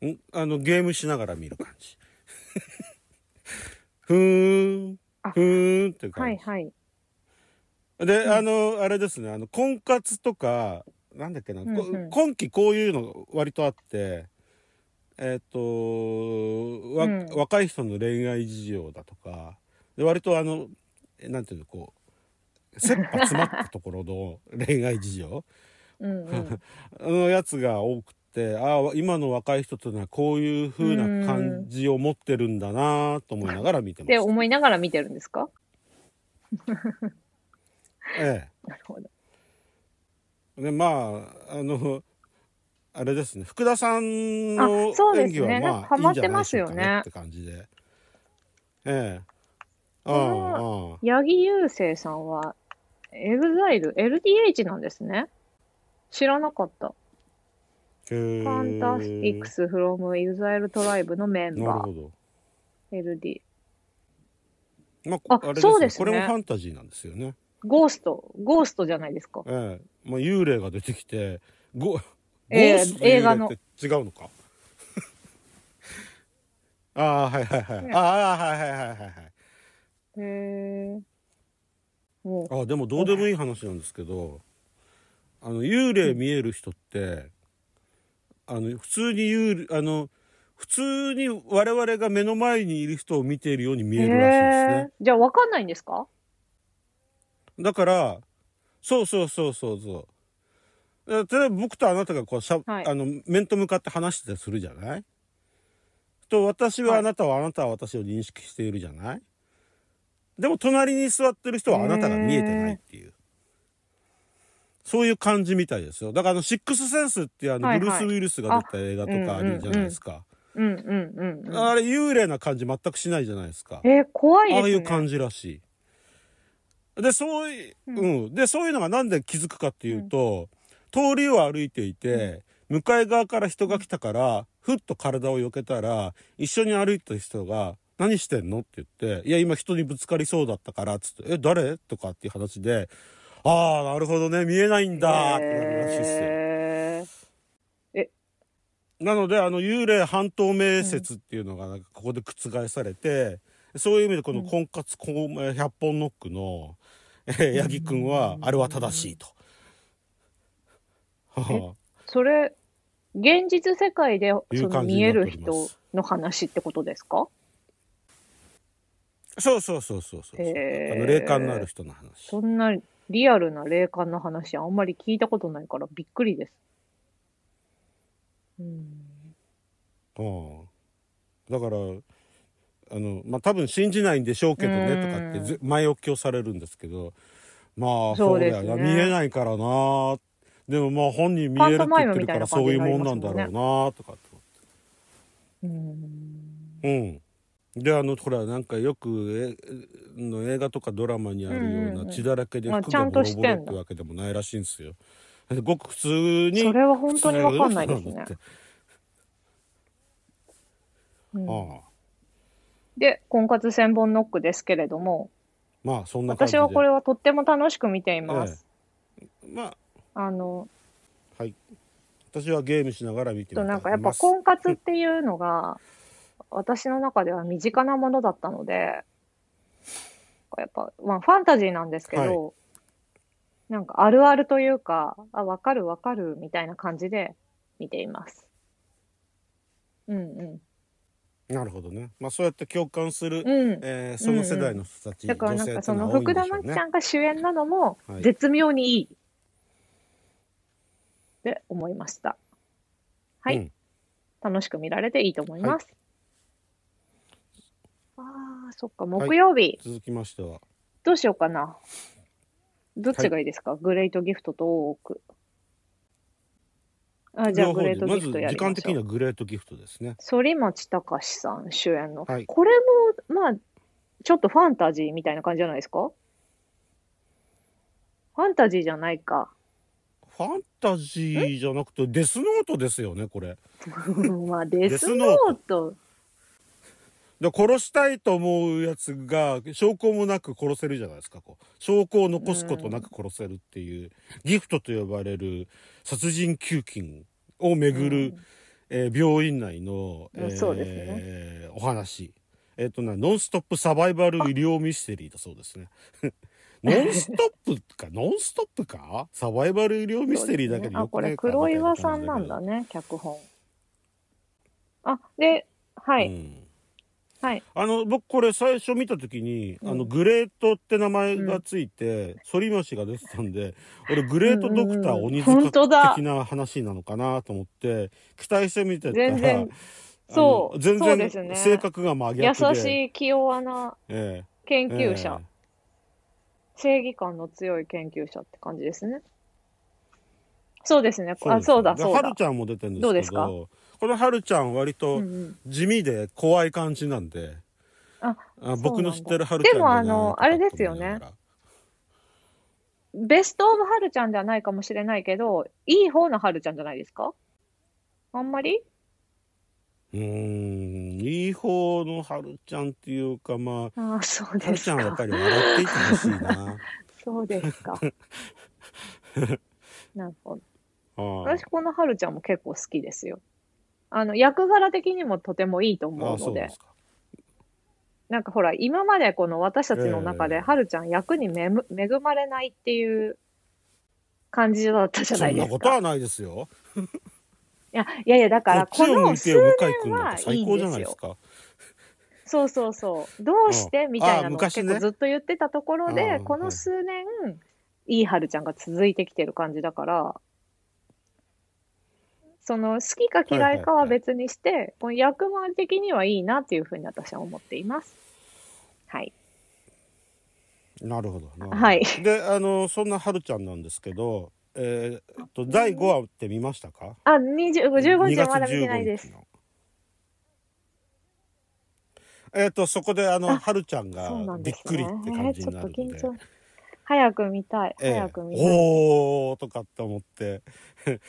Speaker 5: んあのゲームしながら見る感じ ふーん
Speaker 6: あ
Speaker 5: ふーんっていう感じ、
Speaker 6: はいはい。
Speaker 5: で、
Speaker 6: うん
Speaker 5: あのあれですねあの婚活とかなんだっけな、こ
Speaker 6: うんうん
Speaker 5: 今期こういうの割とあってえっ、とわ、
Speaker 6: うん
Speaker 5: 若い人の恋愛事情だとかで割とあのえなんていうのこう切羽詰まったところの恋愛事情
Speaker 6: うん うん、
Speaker 5: のやつが多くてああ今の若い人というのはこういう風な感じを持ってるんだなと思いながら見てま
Speaker 6: って
Speaker 5: した。
Speaker 6: 思いながら見てるんですか
Speaker 5: え
Speaker 6: なるほど。
Speaker 5: え、でまああのあれですね福田さん
Speaker 6: あ
Speaker 5: の
Speaker 6: そうで
Speaker 5: 演
Speaker 6: す
Speaker 5: 技
Speaker 6: ね
Speaker 5: は
Speaker 6: なん
Speaker 5: まあ
Speaker 6: かハ
Speaker 5: い
Speaker 6: マ
Speaker 5: いん
Speaker 6: っ
Speaker 5: じゃ
Speaker 6: て
Speaker 5: ない
Speaker 6: ま
Speaker 5: ですしょ
Speaker 6: よ
Speaker 5: う
Speaker 6: ね
Speaker 5: かねって感じで。ええ。あ
Speaker 6: れ
Speaker 5: あああ
Speaker 6: 八木雄星さんは、エグザイル、LDH なんですね。知らなかった。
Speaker 5: へえ
Speaker 6: ファンタスティックス・フロム・イグザイル・トライブのメン
Speaker 5: なる
Speaker 6: バ
Speaker 5: ほど。
Speaker 6: ー、LD。
Speaker 5: ま
Speaker 6: あ
Speaker 5: あ、あれです
Speaker 6: そうで
Speaker 5: ね
Speaker 6: すね
Speaker 5: これもファンタジーなんですよね。
Speaker 6: ゴースト、ゴーストじゃないですか。
Speaker 5: ええまあ、幽霊が出てきてゴゴ
Speaker 6: ええ
Speaker 5: ーストと
Speaker 6: 映画
Speaker 5: 幽
Speaker 6: の
Speaker 5: 霊って違うのか ああはいはいはい、ああはいはいはいはいはい
Speaker 6: へえ。も
Speaker 5: あでもどうでもいい話なんですけどあの幽霊見える人ってあの普通に幽霊あの普通に我々が目の前にいる人を見ているように見
Speaker 6: う。
Speaker 5: えるらしいですね
Speaker 6: へえ。じゃあわかんないんですか
Speaker 5: だからそうそうそうそうそうだから例えば僕とあなたがこうしゃ、
Speaker 6: はい
Speaker 5: あの面と向かって話してたりするじゃないと私はあなたはあなたは私を認識しているじゃないでも隣に座ってる人はあなたが見えてないっていうそういう感じみたいですよだからあの「シックスセンス」っていうあの
Speaker 6: はい
Speaker 5: ブルー
Speaker 6: はい
Speaker 5: ス・ウィルスが出た映画とかあるじゃないですか
Speaker 6: うんうんうんうん。
Speaker 5: あれ幽霊な感じ全くしないじゃないですか
Speaker 6: えー、怖いです
Speaker 5: あ
Speaker 6: ね。
Speaker 5: あいう感じらしい。で、そうい、うん、で、そういうのがなんで気づくかっていうと、通りを歩いていて、向かい側から人が来たから、ふっと体を避けたら、一緒に歩いてた人が、何してんのって言って、いや、今人にぶつかりそうだったから、つって、え、誰とかっていう話で、ああ、なるほどね、見えないんだ、ってなるらしいっすよ。
Speaker 6: へー
Speaker 5: なのであの幽霊半透明説っていうのがなんかここで覆されて、そういう意味でこの婚活婚えー100本ノックの えー八木くんはあれは正しいと。は
Speaker 6: それ、現実世界で
Speaker 5: い
Speaker 6: そうの
Speaker 5: 感じに
Speaker 6: 見
Speaker 5: な
Speaker 6: え
Speaker 5: ってお
Speaker 6: る
Speaker 5: ります
Speaker 6: 人の話ってことですか
Speaker 5: あ、 そうそうそうそうそうそう、
Speaker 6: へー
Speaker 5: あの霊感のある人の話
Speaker 6: そんなリアルな霊感の話あんまり聞いたことないからびっくりです。うん、
Speaker 5: うんだからあのまあ多分信じないんでしょうけど
Speaker 6: う
Speaker 5: ね
Speaker 6: ん
Speaker 5: とかってず前置きをされるんですけどまあ
Speaker 6: そ
Speaker 5: そううだ
Speaker 6: です
Speaker 5: よ
Speaker 6: ね
Speaker 5: な、見えないからなでもまあ本人見えるって言ってるから
Speaker 6: パン
Speaker 5: そ
Speaker 6: トマ
Speaker 5: うい
Speaker 6: イ
Speaker 5: う
Speaker 6: ムみたいな感じに
Speaker 5: も
Speaker 6: なり
Speaker 5: んなんだ
Speaker 6: ますもんね
Speaker 5: ろうなとかって
Speaker 6: うん、
Speaker 5: うん。であのほらなんかよくえの映画とかドラマにあるよ
Speaker 6: うんう
Speaker 5: うん
Speaker 6: うん
Speaker 5: な血だらけで
Speaker 6: まあ
Speaker 5: 服がボロボ
Speaker 6: ち
Speaker 5: ロ
Speaker 6: ゃんとして
Speaker 5: っ
Speaker 6: んだ
Speaker 5: てわけでもないらしいんですよ。ごく普通に
Speaker 6: それは本当にわかんな いです
Speaker 5: 普
Speaker 6: ね
Speaker 5: 通に
Speaker 6: うん
Speaker 5: ああ
Speaker 6: で、婚活千本ノックですけれども、
Speaker 5: まあそんな感じ
Speaker 6: 私
Speaker 5: で。
Speaker 6: はこれはとっても楽しく見ています。
Speaker 5: まあ
Speaker 6: あの、
Speaker 5: はい。私はゲームしながら見てみ
Speaker 6: と
Speaker 5: た
Speaker 6: なんかやっぱ
Speaker 5: ます
Speaker 6: 婚活っていうのが、私の中では身近なものだったので、やっぱ、まあ、ファンタジーなんですけど、なんかあるあるというか、あ、わかるわかるみたいな感じで見ています。うんう
Speaker 5: なるほどね。まあそうやって共感する、
Speaker 6: ん。うん。
Speaker 5: えーその世代の人たち、
Speaker 6: だからなんかその
Speaker 5: 女性っての
Speaker 6: 福田
Speaker 5: は多い
Speaker 6: 真
Speaker 5: ん
Speaker 6: 紀
Speaker 5: でし
Speaker 6: ち
Speaker 5: ょう
Speaker 6: ゃんが主演なのも
Speaker 5: はい
Speaker 6: 絶妙にいいって思いました。はい、
Speaker 5: うん
Speaker 6: 楽しく見られていいと思います。ああ、そっか、
Speaker 5: はい
Speaker 6: 木曜日、
Speaker 5: ね。続きましては
Speaker 6: どうしようかな。どっちがいいですか、グレートギフトと大奥。あじゃあ
Speaker 5: 両
Speaker 6: グ
Speaker 5: 方
Speaker 6: レー
Speaker 5: で
Speaker 6: ト
Speaker 5: ま
Speaker 6: ギ
Speaker 5: ず
Speaker 6: フトや
Speaker 5: 時
Speaker 6: りま
Speaker 5: 間
Speaker 6: し
Speaker 5: 的
Speaker 6: ょ
Speaker 5: に
Speaker 6: う。
Speaker 5: はグレートギフトですね。
Speaker 6: 反町隆史さん主演の、
Speaker 5: はい
Speaker 6: これもまあちょっとファンタジーみたいな感じじゃないです かファンタジーじゃないか
Speaker 5: ファンタジーじゃなくてデスノートですよねこれ
Speaker 6: まあデス
Speaker 5: ス
Speaker 6: ノ
Speaker 5: ノ
Speaker 6: ー
Speaker 5: ー
Speaker 6: ト
Speaker 5: で殺したいと思うやつが証拠もなく殺せるじゃないですかこう証拠を残すことなく殺せるっていう、ギフトと呼ばれる殺人給金をめぐる、えー病院内の、
Speaker 6: うん
Speaker 5: えー
Speaker 6: そうですね
Speaker 5: お話えっ、となノンストップサバイバル医療ミステリーだそうですね ノンストップかノンストップかサバイバル医療ミステリーだけど
Speaker 6: あ
Speaker 5: よ
Speaker 6: こ
Speaker 5: くね
Speaker 6: れ
Speaker 5: えかみた
Speaker 6: 黒
Speaker 5: いな感
Speaker 6: 岩
Speaker 5: じけど
Speaker 6: さんなんだね脚本あではい、
Speaker 5: うん
Speaker 6: はい
Speaker 5: あの僕これ最初見た時に、
Speaker 6: うん
Speaker 5: あのグレートって名前がついて、反町が出てたんで俺グレートドクター
Speaker 6: うんうんうん
Speaker 5: 鬼
Speaker 6: 本当だ
Speaker 5: 塚的な話なのかなと思って期待してみてたら
Speaker 6: 全然
Speaker 5: あの
Speaker 6: そう
Speaker 5: 全
Speaker 6: そうですね
Speaker 5: 然性格が真
Speaker 6: 優
Speaker 5: 逆で
Speaker 6: しい器用な
Speaker 5: え
Speaker 6: 研
Speaker 5: え
Speaker 6: 究者、
Speaker 5: ええ
Speaker 6: 正義感の強い研究者って感じですね。そうですね。
Speaker 5: です
Speaker 6: あ、そうだ、
Speaker 5: で
Speaker 6: そう
Speaker 5: は
Speaker 6: だ
Speaker 5: る。ちゃんも出てるんですけど
Speaker 6: どうですか
Speaker 5: このはるちゃん割
Speaker 6: う
Speaker 5: と
Speaker 6: んうん
Speaker 5: 地味で怖い感じなんで、
Speaker 6: あ
Speaker 5: あ僕の知ってるはるちゃん
Speaker 6: でも
Speaker 5: じゃない
Speaker 6: あの
Speaker 5: とかって
Speaker 6: あれですよ
Speaker 5: 思
Speaker 6: ね
Speaker 5: いながら
Speaker 6: ベストオブはるちゃんではないかもしれないけど、いい方のはるちゃんじゃないですかあんまり
Speaker 5: うーんいい方のはるちゃんっていうかまあ
Speaker 6: あそう
Speaker 5: は
Speaker 6: で
Speaker 5: るち
Speaker 6: す
Speaker 5: ゃんはやっ
Speaker 6: か
Speaker 5: ぱ。り笑っていてほしいな。
Speaker 6: そうで すか。なるほど。
Speaker 5: ああ
Speaker 6: 私、このはるちゃんも結構好きですよ。あの、役柄的にもとてもいいと
Speaker 5: あ
Speaker 6: 思
Speaker 5: あ
Speaker 6: う
Speaker 5: そ
Speaker 6: の
Speaker 5: う
Speaker 6: で
Speaker 5: で、すか
Speaker 6: なんかほら、今までこの私たちの中
Speaker 5: ええ
Speaker 6: で、はるちゃん役に恵む恵まれないっていう感じだったじゃ
Speaker 5: そ
Speaker 6: ない
Speaker 5: ん
Speaker 6: で
Speaker 5: な
Speaker 6: すか。
Speaker 5: ことはないですよ
Speaker 6: いやいやいや、だから、
Speaker 5: こっ
Speaker 6: こ
Speaker 5: ちを向
Speaker 6: の
Speaker 5: いて
Speaker 6: 数
Speaker 5: よ
Speaker 6: 年
Speaker 5: 向井君なん
Speaker 6: は
Speaker 5: て
Speaker 6: いい
Speaker 5: 最
Speaker 6: ん
Speaker 5: 高じゃ
Speaker 6: で
Speaker 5: な
Speaker 6: す
Speaker 5: いです
Speaker 6: よ。
Speaker 5: か
Speaker 6: そうそうそう。どうして
Speaker 5: うん
Speaker 6: みたい
Speaker 5: あー
Speaker 6: なのを
Speaker 5: 昔ね
Speaker 6: 結構ずっと言ってたところ
Speaker 5: うんう
Speaker 6: で、
Speaker 5: ん
Speaker 6: この数年、いいはるちゃんが続いてきてる感じだから、その好きか嫌いかは別にして、この役回り的にはいいなっていうふうに私は思っています。はい。
Speaker 5: なるほどな
Speaker 6: はい
Speaker 5: であのそんなはるちゃんなんですけどえーっと第5話って見ましたか
Speaker 6: あ、20 15
Speaker 5: 2
Speaker 6: 日
Speaker 5: 月
Speaker 6: はまだ見てないで
Speaker 5: 15日
Speaker 6: す。
Speaker 5: のえっとそこであの
Speaker 6: あ
Speaker 5: はるちゃん
Speaker 6: そうな
Speaker 5: が
Speaker 6: ん
Speaker 5: びっ
Speaker 6: です
Speaker 5: くりっ
Speaker 6: ね。
Speaker 5: て感じになるので
Speaker 6: えーちょっと緊張。早く見たい。
Speaker 5: ええ
Speaker 6: 早く見たい。
Speaker 5: おーとかって思って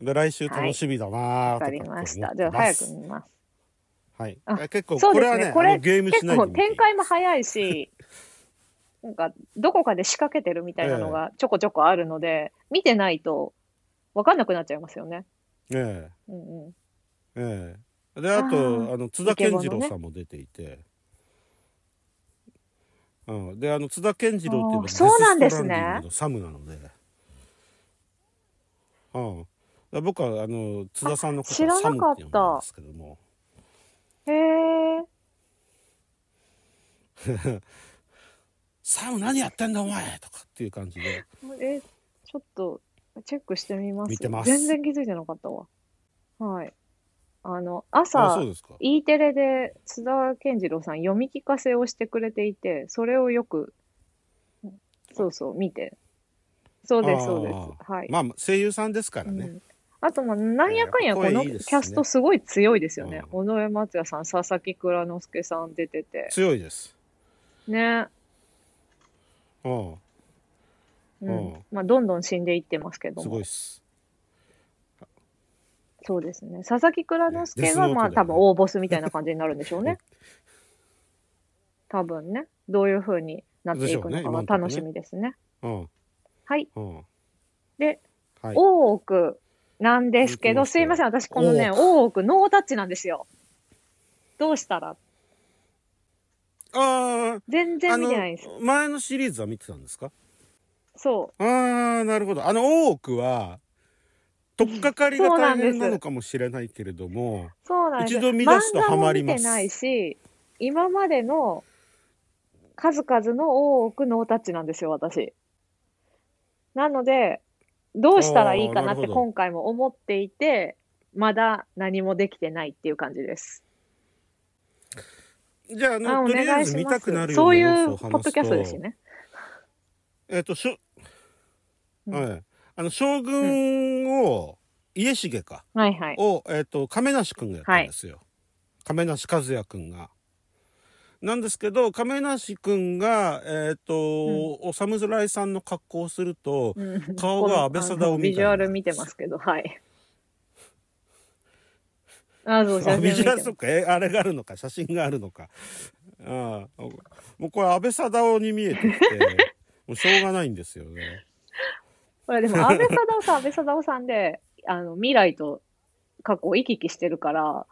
Speaker 5: で来週楽しみだなー
Speaker 6: わ
Speaker 5: とか
Speaker 6: か
Speaker 5: って
Speaker 6: り
Speaker 5: 思って
Speaker 6: ま
Speaker 5: ます
Speaker 6: した。じゃあ早く見ます。
Speaker 5: はい
Speaker 6: あ
Speaker 5: え結構
Speaker 6: そう
Speaker 5: こ
Speaker 6: で
Speaker 5: れ
Speaker 6: す
Speaker 5: は
Speaker 6: ね
Speaker 5: ね
Speaker 6: これ
Speaker 5: あのゲー ムし
Speaker 6: 結
Speaker 5: ないで
Speaker 6: 構
Speaker 5: 見ていい
Speaker 6: 展開も早 いし、なんかどこかで仕掛けてるみたいなのがちょこちょこあるので、見てないと分かんなくなっちゃいますよね。
Speaker 5: え
Speaker 6: うんうん、
Speaker 5: えええであと
Speaker 6: あ
Speaker 5: あの津田健次郎さんも出ていて、うん、であの津田健次郎っていうのは
Speaker 6: あー
Speaker 5: デスス
Speaker 6: そうなんですね
Speaker 5: トランディングのサムなので、うん、だから僕はあの津田さんのことを
Speaker 6: あ知
Speaker 5: サ
Speaker 6: ら
Speaker 5: ム
Speaker 6: なか
Speaker 5: っ
Speaker 6: ってた
Speaker 5: 呼んでるんですけども
Speaker 6: へえ、
Speaker 5: 「サム何やってんだお前!」とかっていう感じで
Speaker 6: え、ちょっとチェックしてみます。
Speaker 5: 見てます
Speaker 6: 全然気づいてなかったわ。はい。あの、
Speaker 5: あ
Speaker 6: 朝
Speaker 5: そう、ですか
Speaker 6: E テレで津田健次郎さん読み聞かせをしてくれていて、それをよく、そうそう、見て。そうです、そうです
Speaker 5: あ。
Speaker 6: はい。
Speaker 5: まあ声優さんですからね、
Speaker 6: うんあと、まあ、なんやかんや、
Speaker 5: えー
Speaker 6: この
Speaker 5: 声いい
Speaker 6: キ
Speaker 5: ですね
Speaker 6: ャストすごい強いですよね。
Speaker 5: う
Speaker 6: 尾上松也さん、佐々木蔵之介さん出てて。
Speaker 5: 強いです
Speaker 6: ね。
Speaker 5: うん
Speaker 6: う
Speaker 5: うん
Speaker 6: ん。まあ、どんどん死んでいってますけど
Speaker 5: すごい
Speaker 6: も
Speaker 5: っ。す
Speaker 6: そうですね。佐々木蔵之
Speaker 5: ね
Speaker 6: 介
Speaker 5: デスノー
Speaker 6: が、
Speaker 5: ト
Speaker 6: ま
Speaker 5: だ
Speaker 6: あ、
Speaker 5: よね
Speaker 6: 多分大ボスみたいな感じになるんでしょ うね。多分ね。どういう風になっていく
Speaker 5: でしょうね
Speaker 6: のか
Speaker 5: 今
Speaker 6: が
Speaker 5: のとこね
Speaker 6: 楽しみですね。
Speaker 5: うん
Speaker 6: はい。
Speaker 5: うん
Speaker 6: で、
Speaker 5: はい、
Speaker 6: 大奥なんです
Speaker 5: 続き
Speaker 6: け
Speaker 5: ま
Speaker 6: ど、
Speaker 5: して
Speaker 6: すいません。私、このね、
Speaker 5: 大
Speaker 6: 大奥ノータッチなんですよ。どうしたら
Speaker 5: ああ
Speaker 6: 全
Speaker 5: あ
Speaker 6: 然見
Speaker 5: の
Speaker 6: てないです。
Speaker 5: 前のシリーズは見てたんですか
Speaker 6: そう。
Speaker 5: ああなるほどあの大奥は取っかかりが
Speaker 6: そうな
Speaker 5: 大
Speaker 6: んです
Speaker 5: 変なのかもしれないけれども
Speaker 6: そうなんですよ
Speaker 5: 一度見出すとハマります
Speaker 6: 漫画も見てないし、今までの数々の多くノータッチなんですよ、私。なので、どうしたらいいか
Speaker 5: あ
Speaker 6: なっ
Speaker 5: ーなる
Speaker 6: て
Speaker 5: ほど
Speaker 6: 今回も思っていて、まだ何もできてないっていう感じです。
Speaker 5: じゃああの
Speaker 6: あお
Speaker 5: とりあ
Speaker 6: 願
Speaker 5: え
Speaker 6: い
Speaker 5: ず
Speaker 6: し
Speaker 5: 見
Speaker 6: ま
Speaker 5: たくな
Speaker 6: す。
Speaker 5: るよ
Speaker 6: そう
Speaker 5: な
Speaker 6: う
Speaker 5: い要素
Speaker 6: う
Speaker 5: を話すと
Speaker 6: ポッドキャストですね。
Speaker 5: えっ、としょ、
Speaker 6: うん
Speaker 5: はいあの将軍を、家重か
Speaker 6: はいはい。
Speaker 5: を、えっと亀梨君がやったんですよ、亀梨和也君が。なんですけど亀梨君がえっ、と、お侍さんの格好をすると、
Speaker 6: うん
Speaker 5: 顔が安倍貞夫みたいな
Speaker 6: このあのビジュアル見てますけど、 はい。あ、そう、
Speaker 5: あ
Speaker 6: 写真
Speaker 5: ビ
Speaker 6: 見
Speaker 5: ジュ
Speaker 6: て
Speaker 5: ア
Speaker 6: ま
Speaker 5: ル
Speaker 6: す
Speaker 5: と。かえあれがあるのか写真があるのかああもうこれ安倍貞夫に見えてきて もうしょうがないんですよね
Speaker 6: ほら、でも、安倍貞夫さん、安倍貞夫さんで、あの、未来と過去を行き来してるから、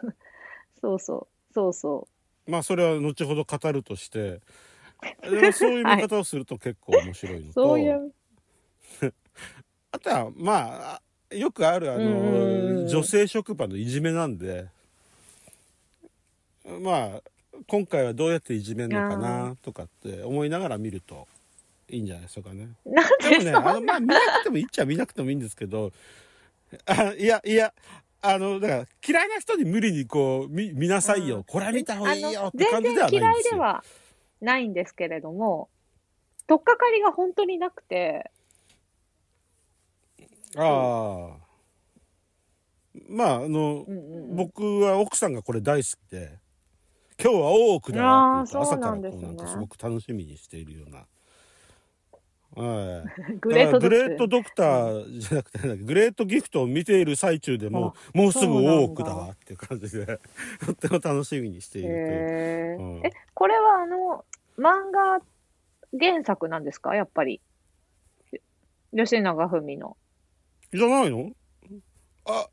Speaker 6: そうそう、そうそ
Speaker 5: まあそれは後ほど語るとしてでもそういう見方をすると結構面白いのと、
Speaker 6: う、そういう、
Speaker 5: あとはまああよくあるあ
Speaker 6: うん
Speaker 5: の女性職場のいじめなんでまあ今回はどうやっていじめるのかなとかって思いながら見るといいんじゃないでしょうかね。
Speaker 6: なん
Speaker 5: で
Speaker 6: で
Speaker 5: もね、
Speaker 6: そ
Speaker 5: あのまあ見なくてもいいっちゃ見なくてもいいんですけど、あいやいや、あの、だから嫌いな人に無理にこう、見見なさいよ、
Speaker 6: うん
Speaker 5: これは見た方がいい
Speaker 6: あ
Speaker 5: よ
Speaker 6: の
Speaker 5: って感じでは
Speaker 6: 全然
Speaker 5: ないん
Speaker 6: 嫌
Speaker 5: で
Speaker 6: い
Speaker 5: す
Speaker 6: で
Speaker 5: よ。
Speaker 6: はないんですけれども、取っかかりが本当になくて、
Speaker 5: ああ。まあ、あの、
Speaker 6: うんうんうん
Speaker 5: 僕は奥さんがこれ大好きで、今日は大奥だなって言うと
Speaker 6: あ
Speaker 5: 朝
Speaker 6: ー
Speaker 5: から
Speaker 6: そうなんで
Speaker 5: こ
Speaker 6: す
Speaker 5: う
Speaker 6: ね
Speaker 5: なんかすごく楽しみにしているような。はい。
Speaker 6: グレー
Speaker 5: だ
Speaker 6: ト
Speaker 5: からグ
Speaker 6: ドクタ
Speaker 5: レートド
Speaker 6: ー
Speaker 5: クターじゃなくてなんだっけグレートギフトを見ている最中でもうもうすぐ大奥だわっていう感じでとっても楽しみにしているという、
Speaker 6: へ
Speaker 5: う
Speaker 6: ー
Speaker 5: ん
Speaker 6: え、これはあの、漫画原作なんですかやっぱり。吉永文の。
Speaker 5: じゃないのあ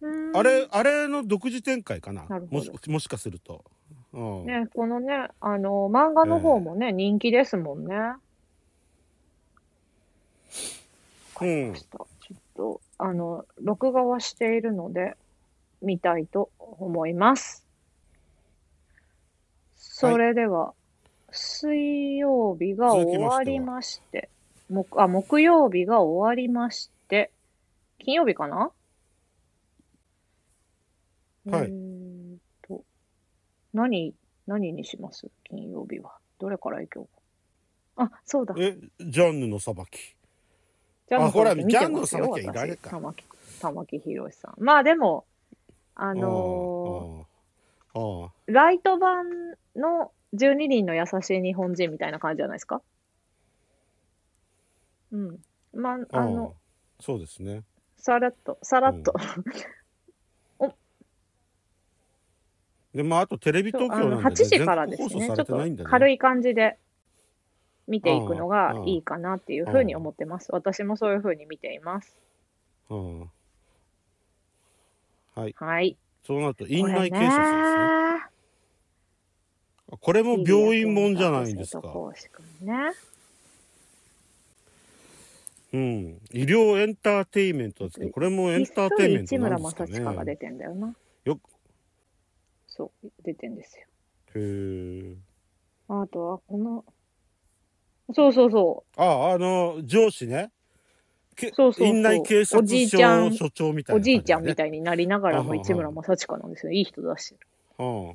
Speaker 6: うーん
Speaker 5: あれあれの独自展開かな
Speaker 6: なるほ
Speaker 5: も
Speaker 6: ど
Speaker 5: しもしかすると、うん
Speaker 6: ね、このね、あの、漫画の方もね、人気ですもんね。
Speaker 5: うん
Speaker 6: ちょっと、あの、録画はしているので、見たいと思います。それでは、水曜日が終わりまして、木あ木曜日が終わりまして、金曜日かな
Speaker 5: はい
Speaker 6: えーっと、何、何にします金曜日は。どれから行こうか。あ、そうだ。
Speaker 5: えジャンヌの裁き
Speaker 6: ジャンヌ
Speaker 5: あほら
Speaker 6: 見てま
Speaker 5: ジ
Speaker 6: す
Speaker 5: ャン
Speaker 6: よ
Speaker 5: ヌの裁きはいられか
Speaker 6: 私玉木玉木宏さん。まあでも、あの
Speaker 5: ああああ
Speaker 6: ーライト版の12人の優しい日本人みたいな感じじゃないですか。うん。まあ、あ
Speaker 5: ああ
Speaker 6: の、
Speaker 5: そうですね
Speaker 6: さらっと、さらっと。
Speaker 5: でまああとテレビ東京
Speaker 6: あ
Speaker 5: なんで、
Speaker 6: の
Speaker 5: ね、
Speaker 6: 8時からです
Speaker 5: 全国
Speaker 6: ね。ち
Speaker 5: 放
Speaker 6: ょ
Speaker 5: 送されて
Speaker 6: っと
Speaker 5: ないんだね
Speaker 6: 軽
Speaker 5: い
Speaker 6: い感じで見ていくのが
Speaker 5: うん
Speaker 6: いいかなっていうふうに思ってます。私もそういうふうに見ています。
Speaker 5: うんはい
Speaker 6: はい。
Speaker 5: そうなると
Speaker 6: こ
Speaker 5: 院
Speaker 6: れ
Speaker 5: 内警察ですね
Speaker 6: ね。
Speaker 5: これも病院もんじゃないんですか
Speaker 6: いいやつだと幸志君ね。
Speaker 5: うん医療エンターテインメントですけどこれもエンターテインメント
Speaker 6: ひっそり市
Speaker 5: な
Speaker 6: 村
Speaker 5: んですか
Speaker 6: 正親が出
Speaker 5: ね
Speaker 6: てんだよな。
Speaker 5: よく
Speaker 6: そう、出てんですよ。
Speaker 5: へえ
Speaker 6: あとは、この、そうそうそ
Speaker 5: ああの上司ねけ
Speaker 6: そうそうそう
Speaker 5: 院内警察
Speaker 6: おじいちゃ
Speaker 5: 署
Speaker 6: ん
Speaker 5: 所長みた
Speaker 6: う、
Speaker 5: いな感じだね、
Speaker 6: おじいちゃんみ
Speaker 5: い
Speaker 6: たいになりながら
Speaker 5: あ
Speaker 6: も
Speaker 5: はは
Speaker 6: 市村正親なんですよ。いい人出してる。
Speaker 5: うん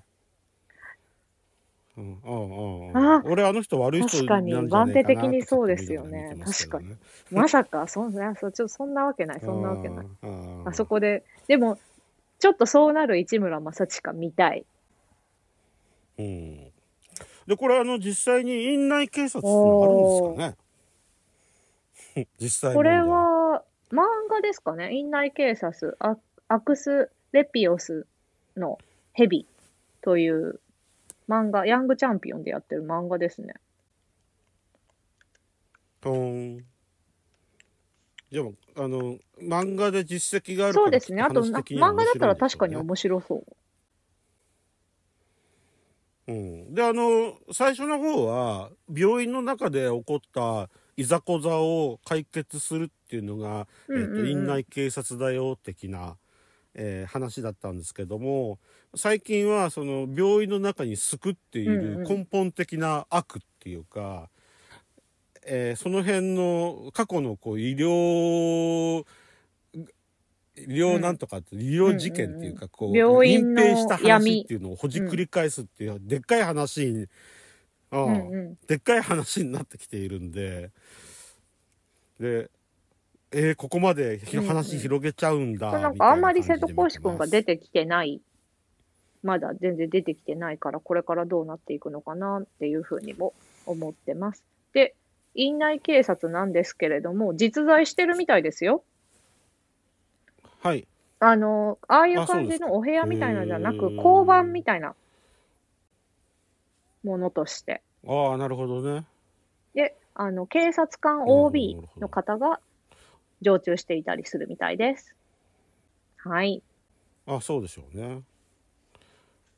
Speaker 5: うんうんうん
Speaker 6: あ
Speaker 5: 俺あの人悪い人
Speaker 6: 確かに
Speaker 5: なんじゃねえな
Speaker 6: 番手的にそうですよ
Speaker 5: とかっ
Speaker 6: ね
Speaker 5: て見てますけどね
Speaker 6: まさか、そんな、そうちょっとそんなわけない、そんなわけない。
Speaker 5: うんうん
Speaker 6: あそこで、でも、ちょっとそうなる市村正親見たい。
Speaker 5: うんでこれあの実際に院内警察ってのあるんですかね実際
Speaker 6: こ
Speaker 5: 問題
Speaker 6: れは、漫画ですかね。院内警察、アアクス・レピオスのヘビという漫画、ヤングチャンピオンでやってる漫画ですね。
Speaker 5: トーンでもあの漫画で実績があるから
Speaker 6: そうですね。あと、
Speaker 5: 話
Speaker 6: な
Speaker 5: 的には
Speaker 6: 漫画だったら
Speaker 5: 面
Speaker 6: 確
Speaker 5: 白
Speaker 6: か
Speaker 5: いんでしょ
Speaker 6: に
Speaker 5: うね
Speaker 6: 面白そう。
Speaker 5: うん、であの最初の方は病院の中で起こったいざこざを解決するっていうのが、
Speaker 6: うんうんうん
Speaker 5: えっと院内警察だよ的な、えー話だったんですけども最近はその病院の中に救ってい
Speaker 6: うんう
Speaker 5: る
Speaker 6: ん
Speaker 5: 根本的な悪っていうか、えーその辺の過去のこう医療医療なんとかって、医療事件っていうかこう
Speaker 6: 病院の
Speaker 5: 隠蔽した話
Speaker 6: 闇
Speaker 5: っていうのをほじくり返すっていう、でっかい話に、ああ
Speaker 6: うんう
Speaker 5: でっかい話になってきているんででえー、ここまでひ
Speaker 6: うんうん
Speaker 5: 話広げちゃうんだ、
Speaker 6: ん。なんかあんまり瀬
Speaker 5: みた
Speaker 6: 戸
Speaker 5: いな感
Speaker 6: 康
Speaker 5: じ
Speaker 6: 史
Speaker 5: で
Speaker 6: くんが
Speaker 5: 見て
Speaker 6: 出てきてない。まだ全然出てきてないから、これからどうなっていくのかなっていうふうにも思ってます。で、院内警察なんですけれども、実在してるみたいですよ。
Speaker 5: ますはい
Speaker 6: あの、ああい
Speaker 5: あ
Speaker 6: う
Speaker 5: そう
Speaker 6: 感
Speaker 5: で
Speaker 6: じ
Speaker 5: すか
Speaker 6: のお部屋みたいなのじゃな
Speaker 5: へ
Speaker 6: く、
Speaker 5: ー
Speaker 6: 交番みたいなものとして。
Speaker 5: ああなるほどね
Speaker 6: で、あの、警察官
Speaker 5: な
Speaker 6: OB
Speaker 5: るほど
Speaker 6: の方が常駐していたりするみたいです。はい。
Speaker 5: あそうでしょうね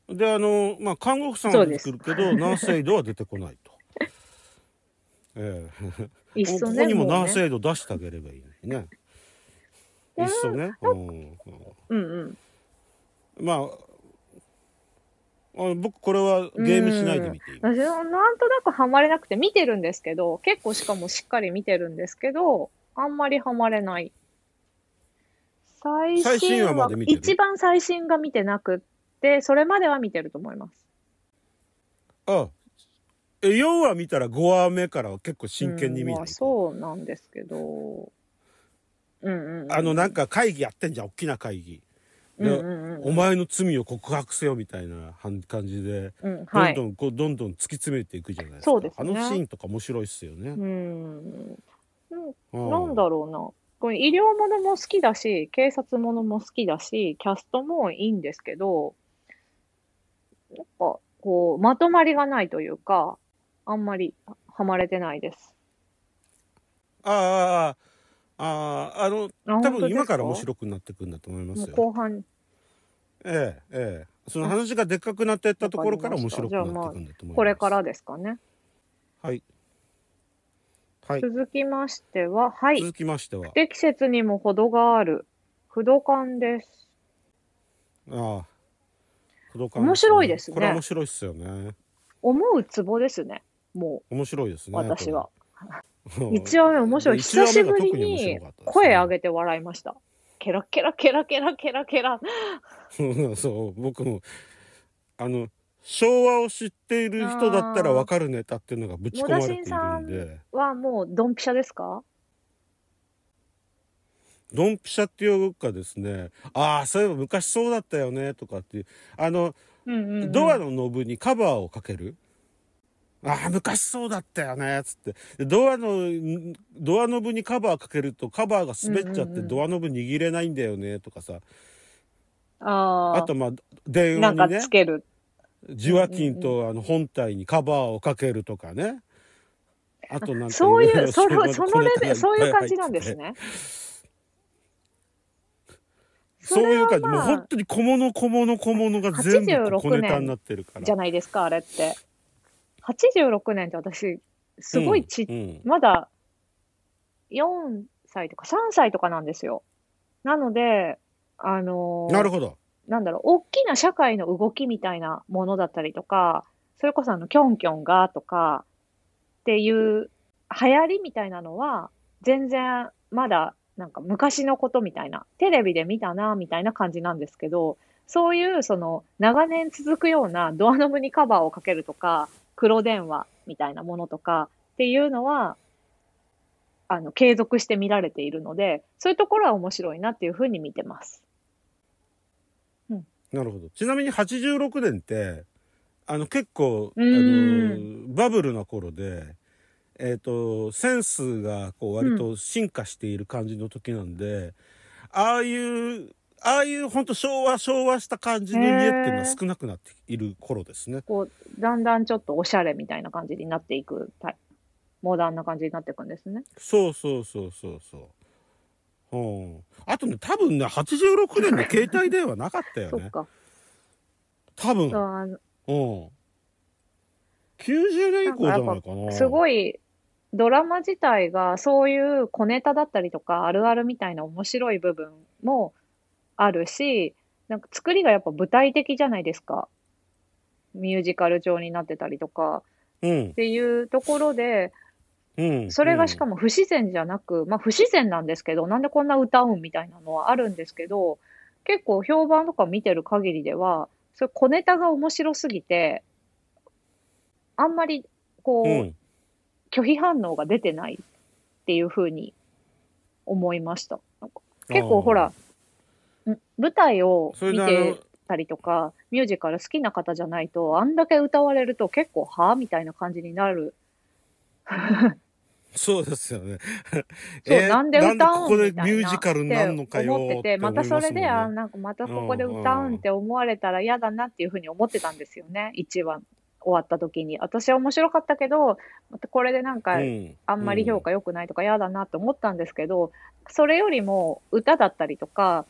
Speaker 5: であのまあ看護婦さん
Speaker 6: そ
Speaker 5: は
Speaker 6: うで
Speaker 5: 出て
Speaker 6: す
Speaker 5: くるけどナースエイドは出てこない とええ
Speaker 6: 一
Speaker 5: こ
Speaker 6: 層
Speaker 5: こ
Speaker 6: ね、
Speaker 5: にも
Speaker 6: もう
Speaker 5: ナース
Speaker 6: ね。
Speaker 5: エイド出してあげればいいのにね
Speaker 6: いや
Speaker 5: いっそね、うん、
Speaker 6: うんうん。
Speaker 5: まああ僕これはゲームしないで見ています
Speaker 6: 私はなんとなくハマれなくて見てるんですけど、結構しかもしっかり見てるんですけど、あんまりハマれない。最
Speaker 5: 最新
Speaker 6: 新
Speaker 5: 話ま
Speaker 6: は
Speaker 5: で見てる
Speaker 6: 一番最新が見てなくって、それまでは見てると思います。
Speaker 5: あえ4話見たら5話目からは結構真剣に見
Speaker 6: うん
Speaker 5: ない
Speaker 6: まあ、
Speaker 5: と、
Speaker 6: そうなんですけど、うんうん、
Speaker 5: あのなんか会議やってんじゃん大きな会議
Speaker 6: うん
Speaker 5: で、
Speaker 6: うんうん
Speaker 5: お前の罪を告白せよみたいな感じで
Speaker 6: うん、
Speaker 5: ど
Speaker 6: は
Speaker 5: ん
Speaker 6: い
Speaker 5: ど。んこうどんどん突き詰めていくじゃないですか
Speaker 6: そうです
Speaker 5: あ
Speaker 6: ね
Speaker 5: のシーンとか面白いっすよね
Speaker 6: う、ん、
Speaker 5: う
Speaker 6: なんだろうな。これ医療ものも好きだし、警察ものも好きだし、キャストもいいんですけど、やっぱこう、まとまりがないというか、あんまりはまれてないです。
Speaker 5: あああああああの
Speaker 6: あ
Speaker 5: 多分今から面
Speaker 6: い
Speaker 5: 白くなってくるんだと思います
Speaker 6: もう
Speaker 5: よ。
Speaker 6: 後半、
Speaker 5: ええええ、その話がでっかくなってったところから面白くなってくんだと思います。
Speaker 6: これからですかね。
Speaker 5: はいはい、
Speaker 6: 続きましては、はい。
Speaker 5: 続きましては
Speaker 6: 不適切にも程がある。不動感です。
Speaker 5: ああ不動
Speaker 6: 面白いですね
Speaker 5: これ面白いっすよね。
Speaker 6: 思うツボですね。も
Speaker 5: 面白いです
Speaker 6: う、
Speaker 5: ね。
Speaker 6: 私は。
Speaker 5: これ。
Speaker 6: 一話目面白い。
Speaker 5: 一話目
Speaker 6: 久し
Speaker 5: が
Speaker 6: ぶ
Speaker 5: 特
Speaker 6: り
Speaker 5: 面白
Speaker 6: に
Speaker 5: かったですね
Speaker 6: 声上げて笑いました。ケラケラケラケラケラケラ。
Speaker 5: そう僕もあの昭和を知っている人だったらわかるネタっていうのがぶち込まれているん
Speaker 6: 野
Speaker 5: で
Speaker 6: はもうドンピシャですか
Speaker 5: ドンピシャっていうかですねああそういえば昔そうだったよねとかっていうあの、
Speaker 6: うんうんうん。
Speaker 5: ドアのノブにカバーをかけるああ昔そうだったよねっつってでドアのんドアノブにカバーかけるとカバーが滑っちゃ
Speaker 6: うん
Speaker 5: っ
Speaker 6: うん
Speaker 5: て
Speaker 6: うん
Speaker 5: ドアノブ握れないんだよねとかさ、
Speaker 6: あ
Speaker 5: あ
Speaker 6: あ
Speaker 5: とまあ電
Speaker 6: な
Speaker 5: 話
Speaker 6: んか
Speaker 5: にね
Speaker 6: つける。
Speaker 5: 受話器とあの本体にカバーをかけるとかね。あとなんか
Speaker 6: そう
Speaker 5: ろ
Speaker 6: い
Speaker 5: ろ
Speaker 6: う、そ
Speaker 5: ろい
Speaker 6: の、
Speaker 5: ろ
Speaker 6: そのレベル、そういう感じなんで
Speaker 5: い
Speaker 6: す
Speaker 5: っぱい入ってて。
Speaker 6: ね。
Speaker 5: そういう感じ、
Speaker 6: それ
Speaker 5: もう
Speaker 6: はまあ
Speaker 5: 本当に小物小物小物が全部小ネタになってるから。
Speaker 6: じゃないですか、あれって。86年って私、すごいちっ
Speaker 5: うんうん
Speaker 6: まだ4歳とか3歳とかなんですよ。なので、あのー
Speaker 5: なるほど。
Speaker 6: なんだろう、大きな社会の動きみたいなものだったりとか、それこそあの、キョンキョンがとかっていう流行りみたいなのは、全然まだなんか昔のことみたいな、テレビで見たなみたいな感じなんですけど、そういうその長年続くようなドアノブにカバーをかけるとか、黒電話みたいなものとかっていうのは、あの、継続して見られているので、そういうところは面白いなっていうふうに見てます。
Speaker 5: なるほど。ちなみに86年って、あの結構、あ
Speaker 6: うー
Speaker 5: の、バブルの頃で、えっ、と、センスがこう割と進化している感じの時なんで、ああいう、ああいう本当昭和昭和した感じの家っていうのは少なくなっている頃ですね。
Speaker 6: こう、だんだんちょっとおしゃれみたいな感じになっていくタイプ、モダンな感じになっていくんですね。
Speaker 5: そうそうそうそうそう。うん、あとね多分ね86年の携帯電話なかったよ
Speaker 6: そっ
Speaker 5: ね
Speaker 6: か。
Speaker 5: 多分、う
Speaker 6: そ
Speaker 5: ん、
Speaker 6: うあの
Speaker 5: 90年以降じゃないかな
Speaker 6: すごい、ドラマ自体がそういう小ネタだったりとか、あるあるみたいな面白い部分もあるし、なんか作りがやっぱ舞台的じゃないですか。ミュージカル調になってたりとか
Speaker 5: うん
Speaker 6: っていうところで、
Speaker 5: うん、
Speaker 6: それがしかも不自然じゃなく、まあ不自然なんですけど、なんでこんな歌うんみたいなのはあるんですけど、結構評判とか見てる限りでは、それ小ネタが面白すぎて、あんまりこう、
Speaker 5: うん、うん
Speaker 6: 拒否反応が出てないっていうふうに思いました。なんか結構ほら、ん舞台を
Speaker 5: それ
Speaker 6: 見
Speaker 5: であ
Speaker 6: て
Speaker 5: の
Speaker 6: たりとか、ミュージカル好きな方じゃないと、あんだけ歌われると結構、はぁみたいな感じになる
Speaker 5: そうですよね
Speaker 6: そう、
Speaker 5: えー
Speaker 6: なんで歌うん
Speaker 5: なんでここで
Speaker 6: みたいな
Speaker 5: ミュージカルになんのかよ
Speaker 6: って思ってて、またそれで、あ、なんかまたここで歌うんって思われたら嫌だなっていうふうに思ってたんですよね、1話終わった時に。私は面白かったけど、またこれでなんか、あんまり評
Speaker 5: 価、
Speaker 6: 価良くないとか嫌だなって思ったんですけど、それよりも歌だったりとか、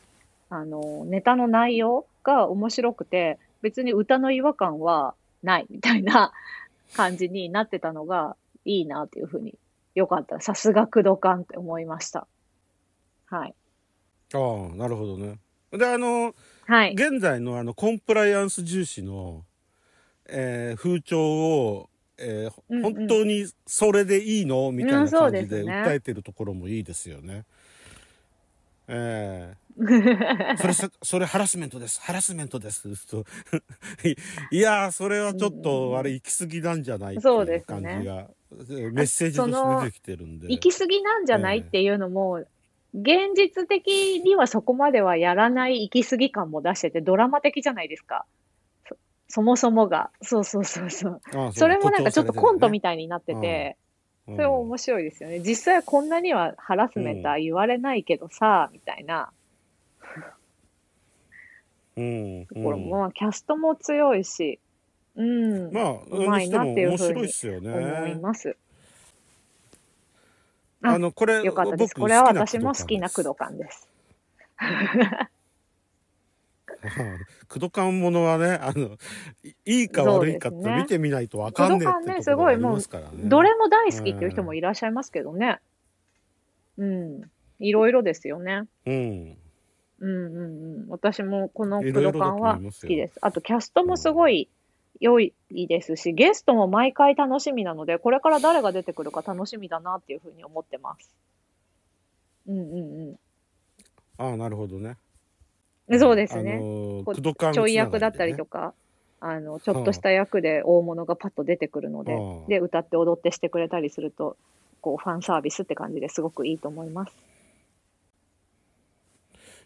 Speaker 6: あの、ネタの内容が面白くて、別に歌の違和感はないみたいな 感じになってたのがいいなっていうふうに、よかった。さすが工藤感って思いました。はい。
Speaker 5: うんああなるほどねであの
Speaker 6: はい。
Speaker 5: 現在のあのコンプライアンス重視の、えー風潮を、えー
Speaker 6: うんうん
Speaker 5: 本当にそれでいいのみたい
Speaker 6: うん
Speaker 5: な
Speaker 6: そう
Speaker 5: 感
Speaker 6: で
Speaker 5: じ
Speaker 6: すね
Speaker 5: で訴えてるところもいいですよね。え ーそれさそれハラスメントですハラスメントです といやーそれはちょっとあれ行き過ぎなんじゃないって
Speaker 6: そう
Speaker 5: い
Speaker 6: で
Speaker 5: う
Speaker 6: すね
Speaker 5: 感じが、メッセージとして出てきてるんで
Speaker 6: 行き過ぎなんじゃない
Speaker 5: ええ
Speaker 6: っていうのも、現実的にはそこまではやらない行き過ぎ感も出してて、ドラマ的じゃないですか。そそもそもが。そうそうそうそう。
Speaker 5: ああ
Speaker 6: それもなんかちょっとコントみ
Speaker 5: た
Speaker 6: たいになってて、
Speaker 5: い
Speaker 6: それも面白いですよね。実際はこんなにはハラスメントは言われないけどさ、みたいな
Speaker 5: うん
Speaker 6: ところ
Speaker 5: うん
Speaker 6: も、まあキャストも強いし、うん、
Speaker 5: まあ、
Speaker 6: うまいなっていうふう
Speaker 5: 面
Speaker 6: に
Speaker 5: 白いっすよね。
Speaker 6: 思います。
Speaker 5: あの、これ、
Speaker 6: よかったです。
Speaker 5: 僕
Speaker 6: これは
Speaker 5: 好きな
Speaker 6: 私も好きな
Speaker 5: 工
Speaker 6: 工
Speaker 5: 藤
Speaker 6: 藤館です。
Speaker 5: 館です。 クドカンものはね、あの、いいいか悪いかって
Speaker 6: そうですね
Speaker 5: 見てみないとわかんねえって
Speaker 6: 工藤館ね
Speaker 5: と
Speaker 6: す
Speaker 5: ころ
Speaker 6: ご
Speaker 5: があ
Speaker 6: い
Speaker 5: り
Speaker 6: もう
Speaker 5: ますからね。
Speaker 6: どれも大好きっていう人もいらっしゃいますけどね。うん。いろいろですよね。
Speaker 5: うん。
Speaker 6: うんうんうん。私もこの工
Speaker 5: い
Speaker 6: 藤
Speaker 5: ろいろだ
Speaker 6: 館
Speaker 5: と思い
Speaker 6: は
Speaker 5: ます
Speaker 6: 好
Speaker 5: よ
Speaker 6: きです。あと、キャストもすごい良いですし、ゲストも毎回楽しみなので、これから誰が出てくるか楽しみだなっていうふうに思ってます。うんうん
Speaker 5: ああ、なるほどね。
Speaker 6: うん。そうです
Speaker 5: あ
Speaker 6: ね。
Speaker 5: のー、
Speaker 6: こう
Speaker 5: クドカン
Speaker 6: ちょい役だったりと
Speaker 5: か。
Speaker 6: か、あの、ちょっとした役で大物がパッと出てくるので、
Speaker 5: うん
Speaker 6: で、歌って踊ってしてくれたりすると、こう、ファンサービスって感じですごくいいと思います。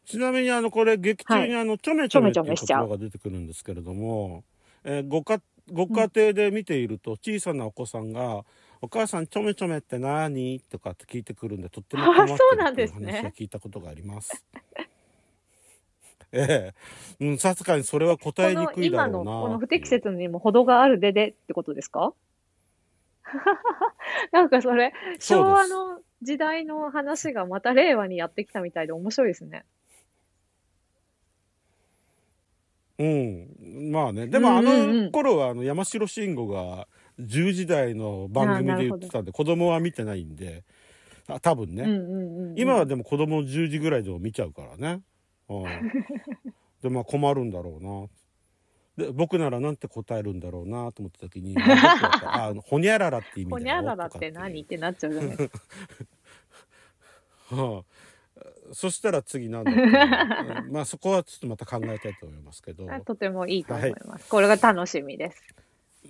Speaker 5: ちなみにあのこれ劇中にあのちょめちょめっていう言葉が出てくるんですけれども、えーごかご家庭で見ていると小さなお子さんが「お母さんちょめちょめって何?」とかって聞いてくるんでとっても困って
Speaker 6: あそう
Speaker 5: る
Speaker 6: な
Speaker 5: っ
Speaker 6: ん
Speaker 5: てい
Speaker 6: で
Speaker 5: う
Speaker 6: すね
Speaker 5: 話を聞いたことがあります。 ええうん、さすがにそれは答えにくいだろうなっていう。
Speaker 6: この今のこの不適切にも程があるででってことですか なんかそれ
Speaker 5: そう
Speaker 6: 昭
Speaker 5: です
Speaker 6: 和の時代の話がまた令和にやってきたみたいで面白いですね。
Speaker 5: うん、まあねでも
Speaker 6: うん
Speaker 5: あ
Speaker 6: うんうん
Speaker 5: の頃はあの山城慎吾が10時台の番組で言ってたんで子供は見てないんであ多分ね、
Speaker 6: うんうんうんうん、
Speaker 5: 今はでも子供10時ぐらいでも見ちゃうからね、うん、 でまあ困るんだろうなで僕ならなんて答えるんだろうなと思った時 に「まあ僕だったらあほにゃららって意味だよ
Speaker 6: ほにゃららっ
Speaker 5: とか
Speaker 6: て何
Speaker 5: い
Speaker 6: ってなっちゃうじゃな いですか。
Speaker 5: うはあそしたら次なんだろうな うんまあそこはちょっとまた考えたいと思いますけど
Speaker 6: とてもいいと思います。これが楽しみです。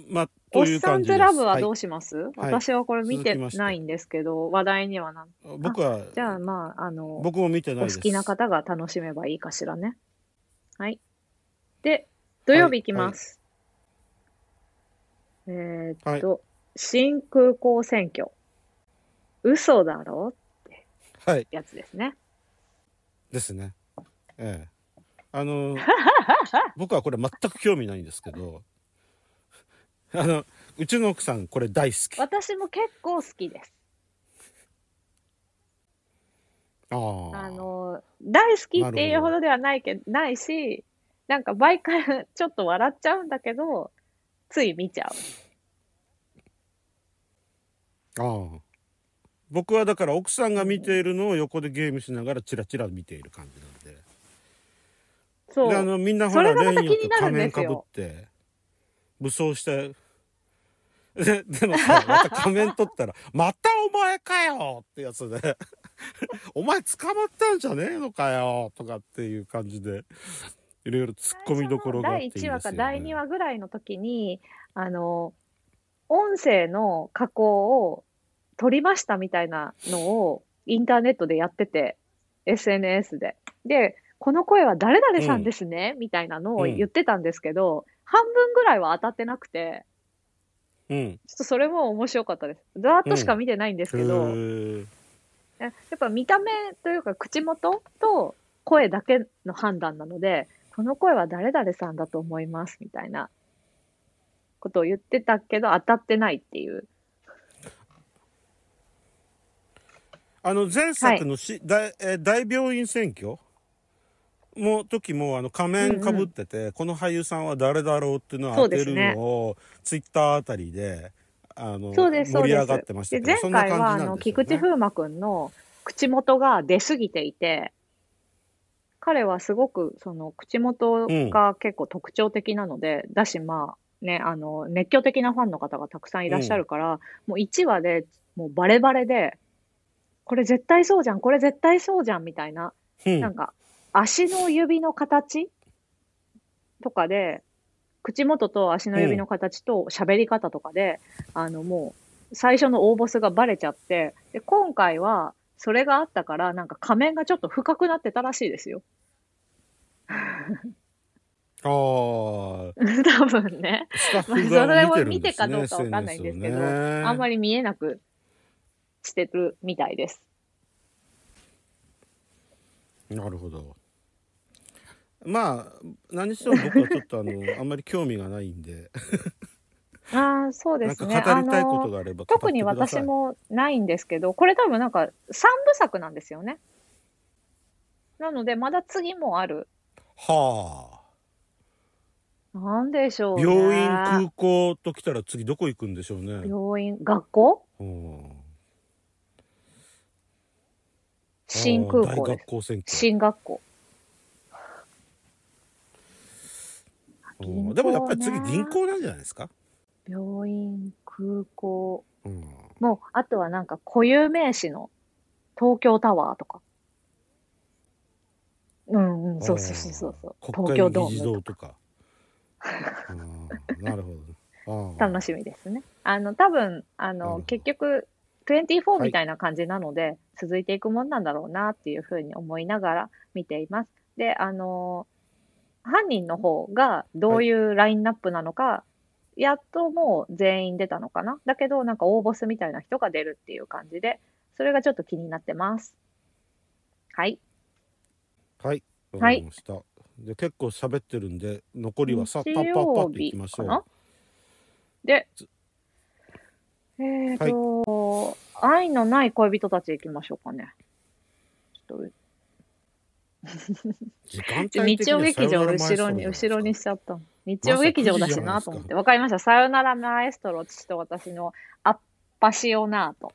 Speaker 5: まあ
Speaker 6: お
Speaker 5: と
Speaker 6: っ
Speaker 5: いう
Speaker 6: さ
Speaker 5: 感
Speaker 6: ん
Speaker 5: じです
Speaker 6: ずラブはど
Speaker 5: は
Speaker 6: うします、私はこれ見てないんですけど、話題にはな。
Speaker 5: い、僕は
Speaker 6: じゃあまあ、あの、
Speaker 5: 僕も見て
Speaker 6: お
Speaker 5: ない
Speaker 6: 好
Speaker 5: です
Speaker 6: きな方が楽しめばいいかしらね。はい。で、土曜日いきます。えーっと、新空港選挙。嘘だろ
Speaker 5: はい
Speaker 6: やつですね。
Speaker 5: ですねええあの僕はこれ全く興味ないんですけどあのうちの奥さんこれ大好きあ
Speaker 6: 私も結構好きです。
Speaker 5: あ
Speaker 6: あの、大好きっていうほどではないけど、ないし、なんか毎回 ちょっと笑っちゃうんだけど、つい見ちゃう。
Speaker 5: ああ僕はだから奥さんが見ているのを横でゲームしながらチラチラ見ている感じなんで
Speaker 6: そう。
Speaker 5: であのみんなほら
Speaker 6: それがまた
Speaker 5: 例によって
Speaker 6: 気にな
Speaker 5: 仮面
Speaker 6: るんです
Speaker 5: かぶっ
Speaker 6: よ
Speaker 5: て武装して ででもさまた仮面取ったら 「またお前かよ!」ってやつで 「お前捕まったんじゃねえのかよ!」とかっていう感じでいろいろ突っ込みどころがあっていいで
Speaker 6: 最
Speaker 5: す
Speaker 6: 初
Speaker 5: よ、ね、
Speaker 6: の第1話か第2話ぐらいの時に、あの、音声の加工を取りましたみたいなのをインターネットでやってて、SNS で。で、この声は誰々さんですね、みたいなのを言ってたんですけど、半分ぐらいは当たってなくて、
Speaker 5: うん
Speaker 6: ちょっとそれも面白かったです。ざーっとしか見てないんですけど、
Speaker 5: へー
Speaker 6: えやっぱ見た目というか口元と声だけの判断なので、この声は誰々さんだと思いますみたいなことを言ってたけど当たってないっていう。
Speaker 5: あの前作のし、大えー大病院選挙の時もあの仮面かぶってて、この俳優さんは誰だろうっていうのを
Speaker 6: そ
Speaker 5: 当
Speaker 6: うで
Speaker 5: て
Speaker 6: す
Speaker 5: る
Speaker 6: ね
Speaker 5: のを、ツイッターあたりであの
Speaker 6: そうです、そ
Speaker 5: 盛
Speaker 6: う
Speaker 5: り
Speaker 6: で
Speaker 5: 上
Speaker 6: す。
Speaker 5: がってました
Speaker 6: で
Speaker 5: けど
Speaker 6: 前
Speaker 5: そんな
Speaker 6: 回は
Speaker 5: 感
Speaker 6: あ
Speaker 5: じなん
Speaker 6: の
Speaker 5: です
Speaker 6: 菊池
Speaker 5: よね。
Speaker 6: 風磨くんの口元が出すぎていて、彼はすごくその口元が結構特徴的なので、だしまあね、あの熱狂的なファンの方がたくさんいらっしゃるから、もう1話でもうバレバレで、これ絶対そうじゃん、これ絶対そうじゃんみたいな、
Speaker 5: うん
Speaker 6: なんか足の指の形とかで、口元と足の指の形と喋り方とかで、あのもう最初の大ボスがバレちゃって、で今回はそれがあったから、なんか仮面がちょっと深くなってたらしいですよ。
Speaker 5: あー
Speaker 6: 多分ね。
Speaker 5: スタッフが見てるんですね。
Speaker 6: まあそれは見てかどうかわかんないんですけど
Speaker 5: SNS をね
Speaker 6: あんまり見えなくしてるみたいです。
Speaker 5: なるほど。まあ何しろ僕はちょっとあのあんまり興味がないんで
Speaker 6: ああ、そうで
Speaker 5: なんか
Speaker 6: すね。
Speaker 5: 語りたい
Speaker 6: あの
Speaker 5: ことがあれば語ってください。
Speaker 6: 特に私もないんですけど、これ多分なんか3部作なんですよね。なので、まだ次もある。
Speaker 5: は
Speaker 6: なんでしょ
Speaker 5: あ
Speaker 6: う、ね。
Speaker 5: 病院空港と来たら次どこ行くんでしょうね、
Speaker 6: 病院、学校
Speaker 5: うん、
Speaker 6: 新空港
Speaker 5: 大
Speaker 6: で
Speaker 5: 学校選挙、
Speaker 6: す。新学校。
Speaker 5: うん
Speaker 6: 銀行ね
Speaker 5: でもやっぱり次銀行なんじゃないですか、
Speaker 6: 病院、空港。
Speaker 5: うん、
Speaker 6: もう、あとはなんか固有名詞の東京タワーとか。うんうん、そうそうそうそうそう。
Speaker 5: あー
Speaker 6: 東
Speaker 5: 国
Speaker 6: 京
Speaker 5: 会
Speaker 6: ド
Speaker 5: の
Speaker 6: ー
Speaker 5: 議
Speaker 6: ム
Speaker 5: 事
Speaker 6: とか
Speaker 5: 堂とかうんなるほどねああ
Speaker 6: 楽しみですね。あの、多分、あ
Speaker 5: う
Speaker 6: の
Speaker 5: ん、
Speaker 6: 結局、24
Speaker 5: はい
Speaker 6: みたいな感じなので、続いていくもんなんだろうなっていうふうに思いながら見ています。で、あの、犯人の方がどういうラインナップなのか、やっともう全員出たのかな。だけど、なんか大ボスみたいな人が出るっていう感じで、それがちょっと気になってます。はい。
Speaker 5: はいわかりました、で結構喋ってるんで残りはさパ
Speaker 6: 日
Speaker 5: ッ
Speaker 6: 曜
Speaker 5: パ
Speaker 6: 日
Speaker 5: ッパッといきましょう
Speaker 6: かなで、えー
Speaker 5: はい
Speaker 6: と、愛のない恋人たち行きましょうかね。ちょっと
Speaker 5: 時間帯的に
Speaker 6: 日曜劇場
Speaker 5: はさよ
Speaker 6: 後
Speaker 5: な
Speaker 6: ろ
Speaker 5: ら
Speaker 6: に、
Speaker 5: 前
Speaker 6: 後ろにしちゃったの。日
Speaker 5: ま
Speaker 6: 曜
Speaker 5: さ
Speaker 6: 劇場だ
Speaker 5: 9時じ
Speaker 6: し
Speaker 5: ゃないで
Speaker 6: な
Speaker 5: す
Speaker 6: と
Speaker 5: か
Speaker 6: 思って。わかりました。さよならマエストロ、父と私のアッパシオナート。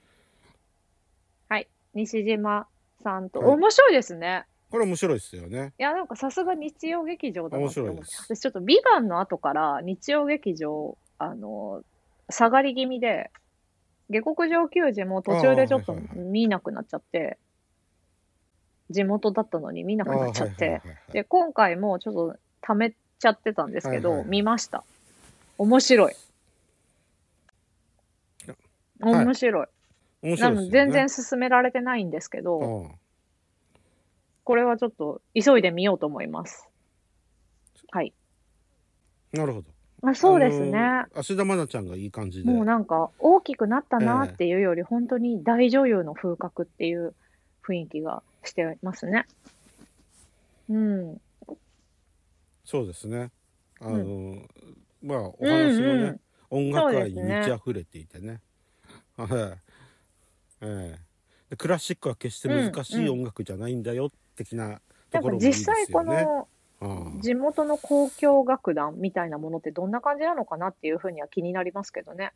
Speaker 6: はい。西島さんと。
Speaker 5: はい
Speaker 6: 面白いですね。
Speaker 5: これ面白いですよね
Speaker 6: いや、なんかさすが日曜劇場だなって思っ
Speaker 5: 面白いで
Speaker 6: て
Speaker 5: す
Speaker 6: 私ちょっとビガンの後から日曜劇場、あの、下がり気味で、下克上球児も途中でちょっ
Speaker 5: あ
Speaker 6: と
Speaker 5: ーはいはいは
Speaker 6: 見なくなっちゃって、地元だったのに見なくなっちゃ
Speaker 5: ああ
Speaker 6: っ
Speaker 5: はい
Speaker 6: て
Speaker 5: はい、はいはい
Speaker 6: で、今回もちょっと溜めちゃってたんですけ
Speaker 5: はい
Speaker 6: ど、
Speaker 5: はい
Speaker 6: 見ました。面白い。
Speaker 5: い
Speaker 6: 面白い。
Speaker 5: 面白
Speaker 6: な
Speaker 5: で
Speaker 6: いの
Speaker 5: す
Speaker 6: で
Speaker 5: よね
Speaker 6: 全然進められてないんですけど、
Speaker 5: うん
Speaker 6: これはちょっと急いで見ようと思います。はい。
Speaker 5: なるほど
Speaker 6: あそうですね。
Speaker 5: あの芦田愛菜ちゃんがいい感じで
Speaker 6: もうなんか大きくなったなっていうより、本当に大女優の風格っていう雰囲気がしてますね。うん。
Speaker 5: そうですねあの、
Speaker 6: う
Speaker 5: まあお話もね、
Speaker 6: うんうん
Speaker 5: 音楽愛に
Speaker 6: そう
Speaker 5: 満
Speaker 6: です
Speaker 5: ち
Speaker 6: ね
Speaker 5: 溢れていてね はい、ええでクラシックは決して難しい
Speaker 6: うん
Speaker 5: 音楽じゃないんだよ的な
Speaker 6: な
Speaker 5: と
Speaker 6: ん
Speaker 5: こ
Speaker 6: か
Speaker 5: ろもいいで
Speaker 6: 実
Speaker 5: す
Speaker 6: 際こ
Speaker 5: よね、
Speaker 6: の
Speaker 5: うん
Speaker 6: 地元の交響楽団みたいなものってどんな感じなのかなっていうふうには気になりますけどね。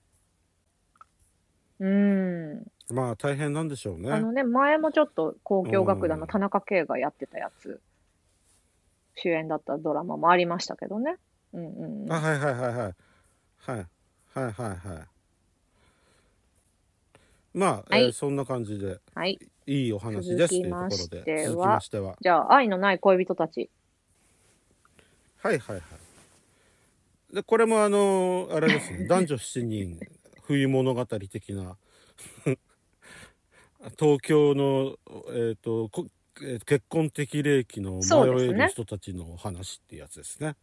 Speaker 6: うん。
Speaker 5: まあ大変なんでしょうね
Speaker 6: あのね、前もちょっと交響楽団の田中圭がやってたやつ、主演だったドラマもありましたけどね。うんうんうん。
Speaker 5: あはいはいはいはいはいはいはいはいまあ、えー
Speaker 6: はい
Speaker 5: そんな感じで
Speaker 6: はい。
Speaker 5: いいお話ですというところ
Speaker 6: 続きま
Speaker 5: で
Speaker 6: しては
Speaker 5: 続きましては
Speaker 6: じゃあ、愛のない恋人たち。
Speaker 5: はいはいはい。でこれもあのあれです ね男女7人冬物語的な 東京の、えーとこえー結婚適齢期の
Speaker 6: そうで
Speaker 5: 迷え
Speaker 6: すね
Speaker 5: る人たちのお話っていうやつですね。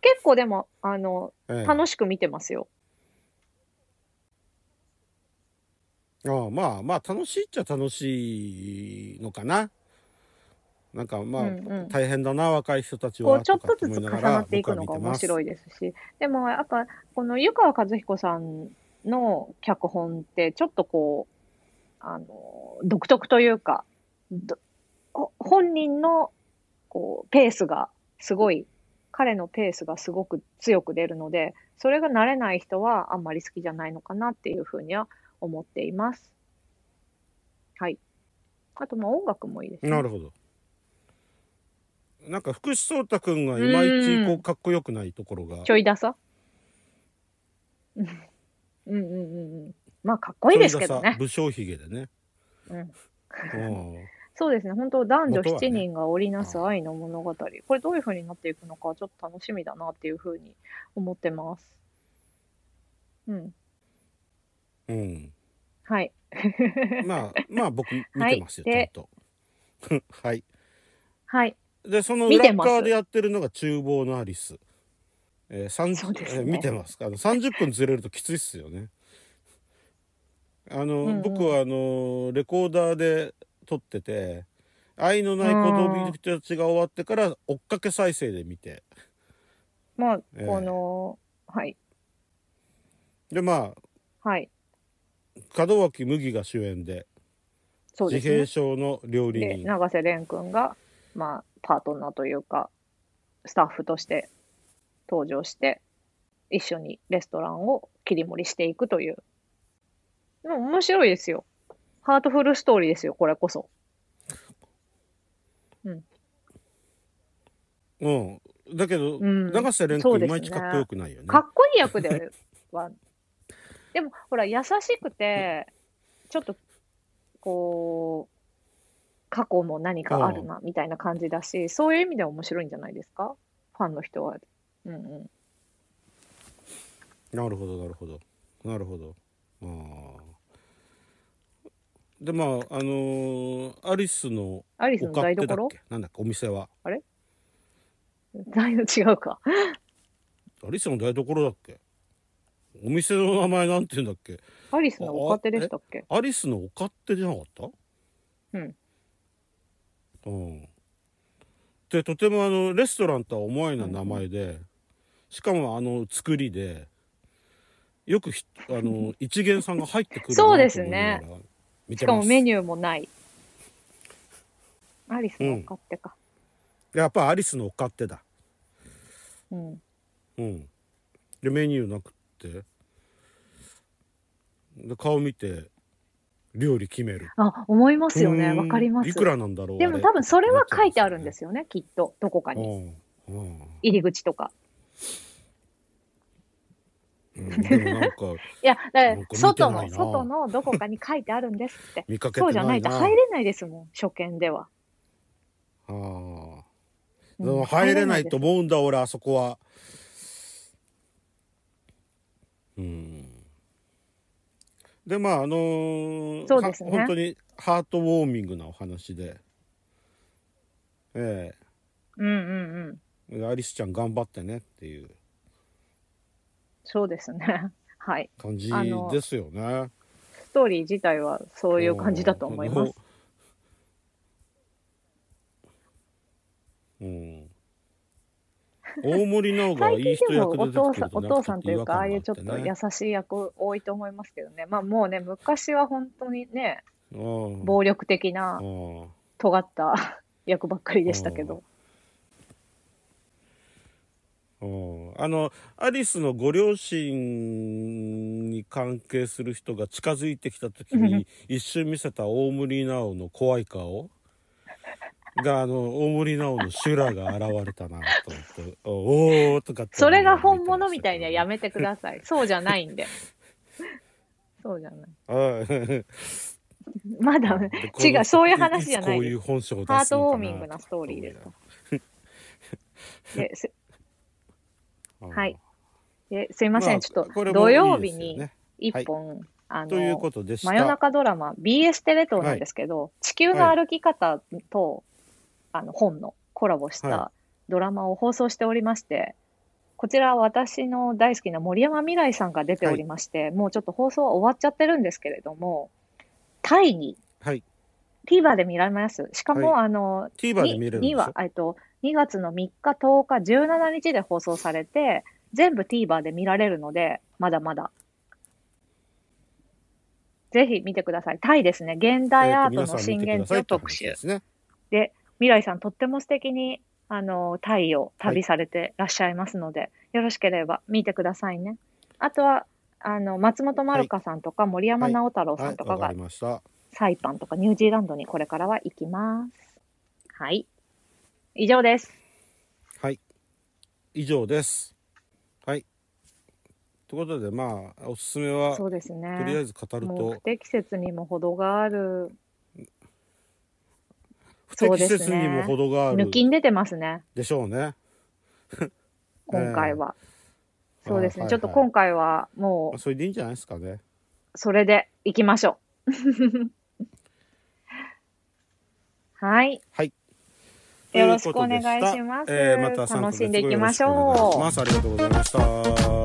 Speaker 6: 結構でも、あの、
Speaker 5: ええ
Speaker 6: 楽しく見てますよ。
Speaker 5: ああまあまあ楽しいっちゃ楽しいのかな。なんかまあ、
Speaker 6: うんうん
Speaker 5: 大変だな若い人たち
Speaker 6: こ
Speaker 5: は
Speaker 6: う、ちょっと
Speaker 5: とか
Speaker 6: ず
Speaker 5: 思い
Speaker 6: つ重
Speaker 5: なが
Speaker 6: な
Speaker 5: ら
Speaker 6: っていくの
Speaker 5: 僕
Speaker 6: が
Speaker 5: は見て
Speaker 6: 面
Speaker 5: ます
Speaker 6: 白いですし、でも、やっぱ、この湯川和彦さんの脚本って、ちょっとこう、あの、独特というか、どほ本人の、こう、ペースがすごい、彼のペースがすごく強く出るので、それが慣れない人はあんまり好きじゃないのかなっていうふうには思っています。はい。あと、まあ音楽もいいですね。
Speaker 5: なるほど。なんか福士蒼太くんがいまいちこ
Speaker 6: う
Speaker 5: うかっこよくないところが
Speaker 6: ちょいださうんうんうんうん。まあ、かっこいいですけ
Speaker 5: ち
Speaker 6: ど
Speaker 5: ょいダサ
Speaker 6: ね。
Speaker 5: 武将髭で ね。
Speaker 6: うん
Speaker 5: うん
Speaker 6: そうですね。本当男女
Speaker 5: 元はね
Speaker 6: 7人が織りなす愛の物語。これどういう風になっていくのか、ちょっと楽しみだなっていう風に思ってます。うん。
Speaker 5: うん。
Speaker 6: はい。
Speaker 5: まあまあ僕見てますよ、
Speaker 6: はいで
Speaker 5: ちゃんと。 はい。
Speaker 6: はい。
Speaker 5: でその
Speaker 6: 見
Speaker 5: 裏
Speaker 6: てます
Speaker 5: 側でやってるのが厨房のアリス。えー、三
Speaker 6: そうですね
Speaker 5: えー見てますか。あの三十分ずれるときついっすよね。あの、
Speaker 6: うんうん
Speaker 5: 僕はあのレコーダーで撮ってて。愛のない子供たちが終わってから追っかけ再生で見て
Speaker 6: まあ、
Speaker 5: ええ
Speaker 6: この、はい。
Speaker 5: でまあ
Speaker 6: はい。
Speaker 5: 門脇麦が主演で
Speaker 6: そうで
Speaker 5: 自
Speaker 6: す
Speaker 5: 閉症
Speaker 6: ね。
Speaker 5: の料理
Speaker 6: で、
Speaker 5: 人
Speaker 6: 永瀬廉君が、まあ、パートナーというか、スタッフとして登場して、一緒にレストランを切り盛りしていくという。でも面白いですよ。ハートフルストーリーですよ、これこそ。
Speaker 5: うんだけど、
Speaker 6: うん
Speaker 5: 永瀬廉
Speaker 6: そ
Speaker 5: 君
Speaker 6: う
Speaker 5: い
Speaker 6: です
Speaker 5: ま
Speaker 6: ね
Speaker 5: いちかっこよくないよね
Speaker 6: かっこいい役で はでもほら優しくてちょっとこう過去も何かあるなみたいな感じだしそういう意味では面白いんじゃないですかファンの人は。うんうん、
Speaker 5: なるほどなるほどなるほどあーでまああのーアリスの
Speaker 6: アリス
Speaker 5: お
Speaker 6: の
Speaker 5: かっ
Speaker 6: 台
Speaker 5: てだっ
Speaker 6: 所
Speaker 5: けなんだっけお店は
Speaker 6: 台の違うか。
Speaker 5: アリスの台所だっけお店の名前なんて言うんだっけ
Speaker 6: アリスのおかてでしたっけ
Speaker 5: アリスのおかってじゃなかった
Speaker 6: うん
Speaker 5: うんでとてもあのレストランとは思えない名前で、しかもあの作りでよくひあ の一元さんが入ってくるなと思いながら見
Speaker 6: してか
Speaker 5: ま
Speaker 6: も
Speaker 5: す
Speaker 6: メニューもない。アリスのおかってか。
Speaker 5: やっぱアリスのお勝手だ
Speaker 6: うん
Speaker 5: うんでメニューなくってで顔見て料理決める
Speaker 6: あ思いますよね
Speaker 5: うーん
Speaker 6: わかります。
Speaker 5: いくらなんだろう
Speaker 6: でも多分それは書いてあるんですすよねきっとどこかに
Speaker 5: うんうん
Speaker 6: 入り口とか。
Speaker 5: うんでもなんか
Speaker 6: いや、
Speaker 5: なん
Speaker 6: だから
Speaker 5: か見て
Speaker 6: 外
Speaker 5: ない
Speaker 6: の、
Speaker 5: な。
Speaker 6: 外のどこかに書いてあるんですって
Speaker 5: 見かけて
Speaker 6: そうじゃ
Speaker 5: な
Speaker 6: ないいと
Speaker 5: な。
Speaker 6: 入れないですもん、初見では。
Speaker 5: ああ。
Speaker 6: うん
Speaker 5: でも入れないと
Speaker 6: 入
Speaker 5: 思うんだ俺あそこは。うん。でまああのー
Speaker 6: そうですね
Speaker 5: は本当にハートウォーミングなお話で。え
Speaker 6: れないです。うんうんうん。
Speaker 5: えアリスちゃん頑張ってねっていう
Speaker 6: そうですね。 はい。
Speaker 5: 感じ
Speaker 6: あの
Speaker 5: ですよね。
Speaker 6: ストーリー自体はそういう感じだと思います。
Speaker 5: うん。大森直がいい
Speaker 6: 最近
Speaker 5: 人
Speaker 6: でも
Speaker 5: 役で
Speaker 6: お
Speaker 5: 出て
Speaker 6: 父
Speaker 5: く
Speaker 6: さ
Speaker 5: る
Speaker 6: ん、
Speaker 5: と
Speaker 6: お
Speaker 5: なんか
Speaker 6: 父さんというか、ああいうちょっ
Speaker 5: 違和
Speaker 6: と
Speaker 5: 感が
Speaker 6: 優
Speaker 5: あ
Speaker 6: しい役多いと思いますけどね。まあもうね、昔は本当にね、
Speaker 5: てねうん
Speaker 6: 暴力的な、
Speaker 5: うん
Speaker 6: 尖った 役ばっかりでしたけど。
Speaker 5: うんあのアリスのご両親に関係する人が近づいてきた時に一瞬見せた大森直の怖い顔があの大森直の修羅が現れたなと思って「おお」とかって
Speaker 6: それが本物みたいにはやめてください。そうじゃないん で。そうじゃない。
Speaker 5: うん
Speaker 6: まだ
Speaker 5: でこの
Speaker 6: 違う、そういう話じゃない
Speaker 5: こう
Speaker 6: で
Speaker 5: い
Speaker 6: す
Speaker 5: う本性を出すのかな
Speaker 6: ハートウォーミングなストーリーですか。です
Speaker 5: うん
Speaker 6: はいですいません、ちょっ
Speaker 5: ことれも
Speaker 6: 土曜
Speaker 5: いいで
Speaker 6: 日
Speaker 5: すよ
Speaker 6: に
Speaker 5: ね
Speaker 6: 一本、あ
Speaker 5: という
Speaker 6: の
Speaker 5: ことでした
Speaker 6: 真夜中ドラマ、BS テレ東なんですけど、地球の歩き方と、あの本のコラボし
Speaker 5: は
Speaker 6: たドラマを放送しておりまして、こちらは私の大好きな森山未來さんが出ておりまして、もうちょっと放送は終わっちゃってるんですけれども、タイに
Speaker 5: はい、
Speaker 6: TVer で見られます。しかも、あの、
Speaker 5: TVer で見れるんです
Speaker 6: には
Speaker 5: よ、
Speaker 6: えっと、2月の3日、10日、17日で放送されて、全部 TVer で見られるので、まだまだ。ぜひ見てください。タイですね。現代アートの震源地を特集。
Speaker 5: えーと皆さん見てくださいって話ですね
Speaker 6: 未来さん、とっても素敵に、あの、タイを旅されてらっしゃいますので、よろしければ見てくださいね。あとは、あの、松本まるかさんとか、森山直太朗さ
Speaker 5: はい
Speaker 6: んと
Speaker 5: わ
Speaker 6: か
Speaker 5: か
Speaker 6: が
Speaker 5: り、ました
Speaker 6: サイパンとかニュージーランドにこれからは行きます。はい。以上です。
Speaker 5: はい以上ですはいということでまあおすすめは
Speaker 6: そ
Speaker 5: と
Speaker 6: うですね。
Speaker 5: りあえず語る
Speaker 6: もう
Speaker 5: と
Speaker 6: 不適切にも程がある。
Speaker 5: 不
Speaker 6: そう
Speaker 5: 適
Speaker 6: ですね
Speaker 5: 切にも程がある
Speaker 6: 抜きん出てますね、
Speaker 5: でしょうね
Speaker 6: 今回は。
Speaker 5: え
Speaker 6: そうですね、
Speaker 5: あーはい
Speaker 6: ちょっと今回はも
Speaker 5: まあそれでいいんじゃないですかね
Speaker 6: う、それで行きましょう。 はい。
Speaker 5: はい
Speaker 6: よろしくお願いします
Speaker 5: とうことでたえーまた参考
Speaker 6: 楽しんでいきましょう
Speaker 5: 月よろくお願いしますありがとうございました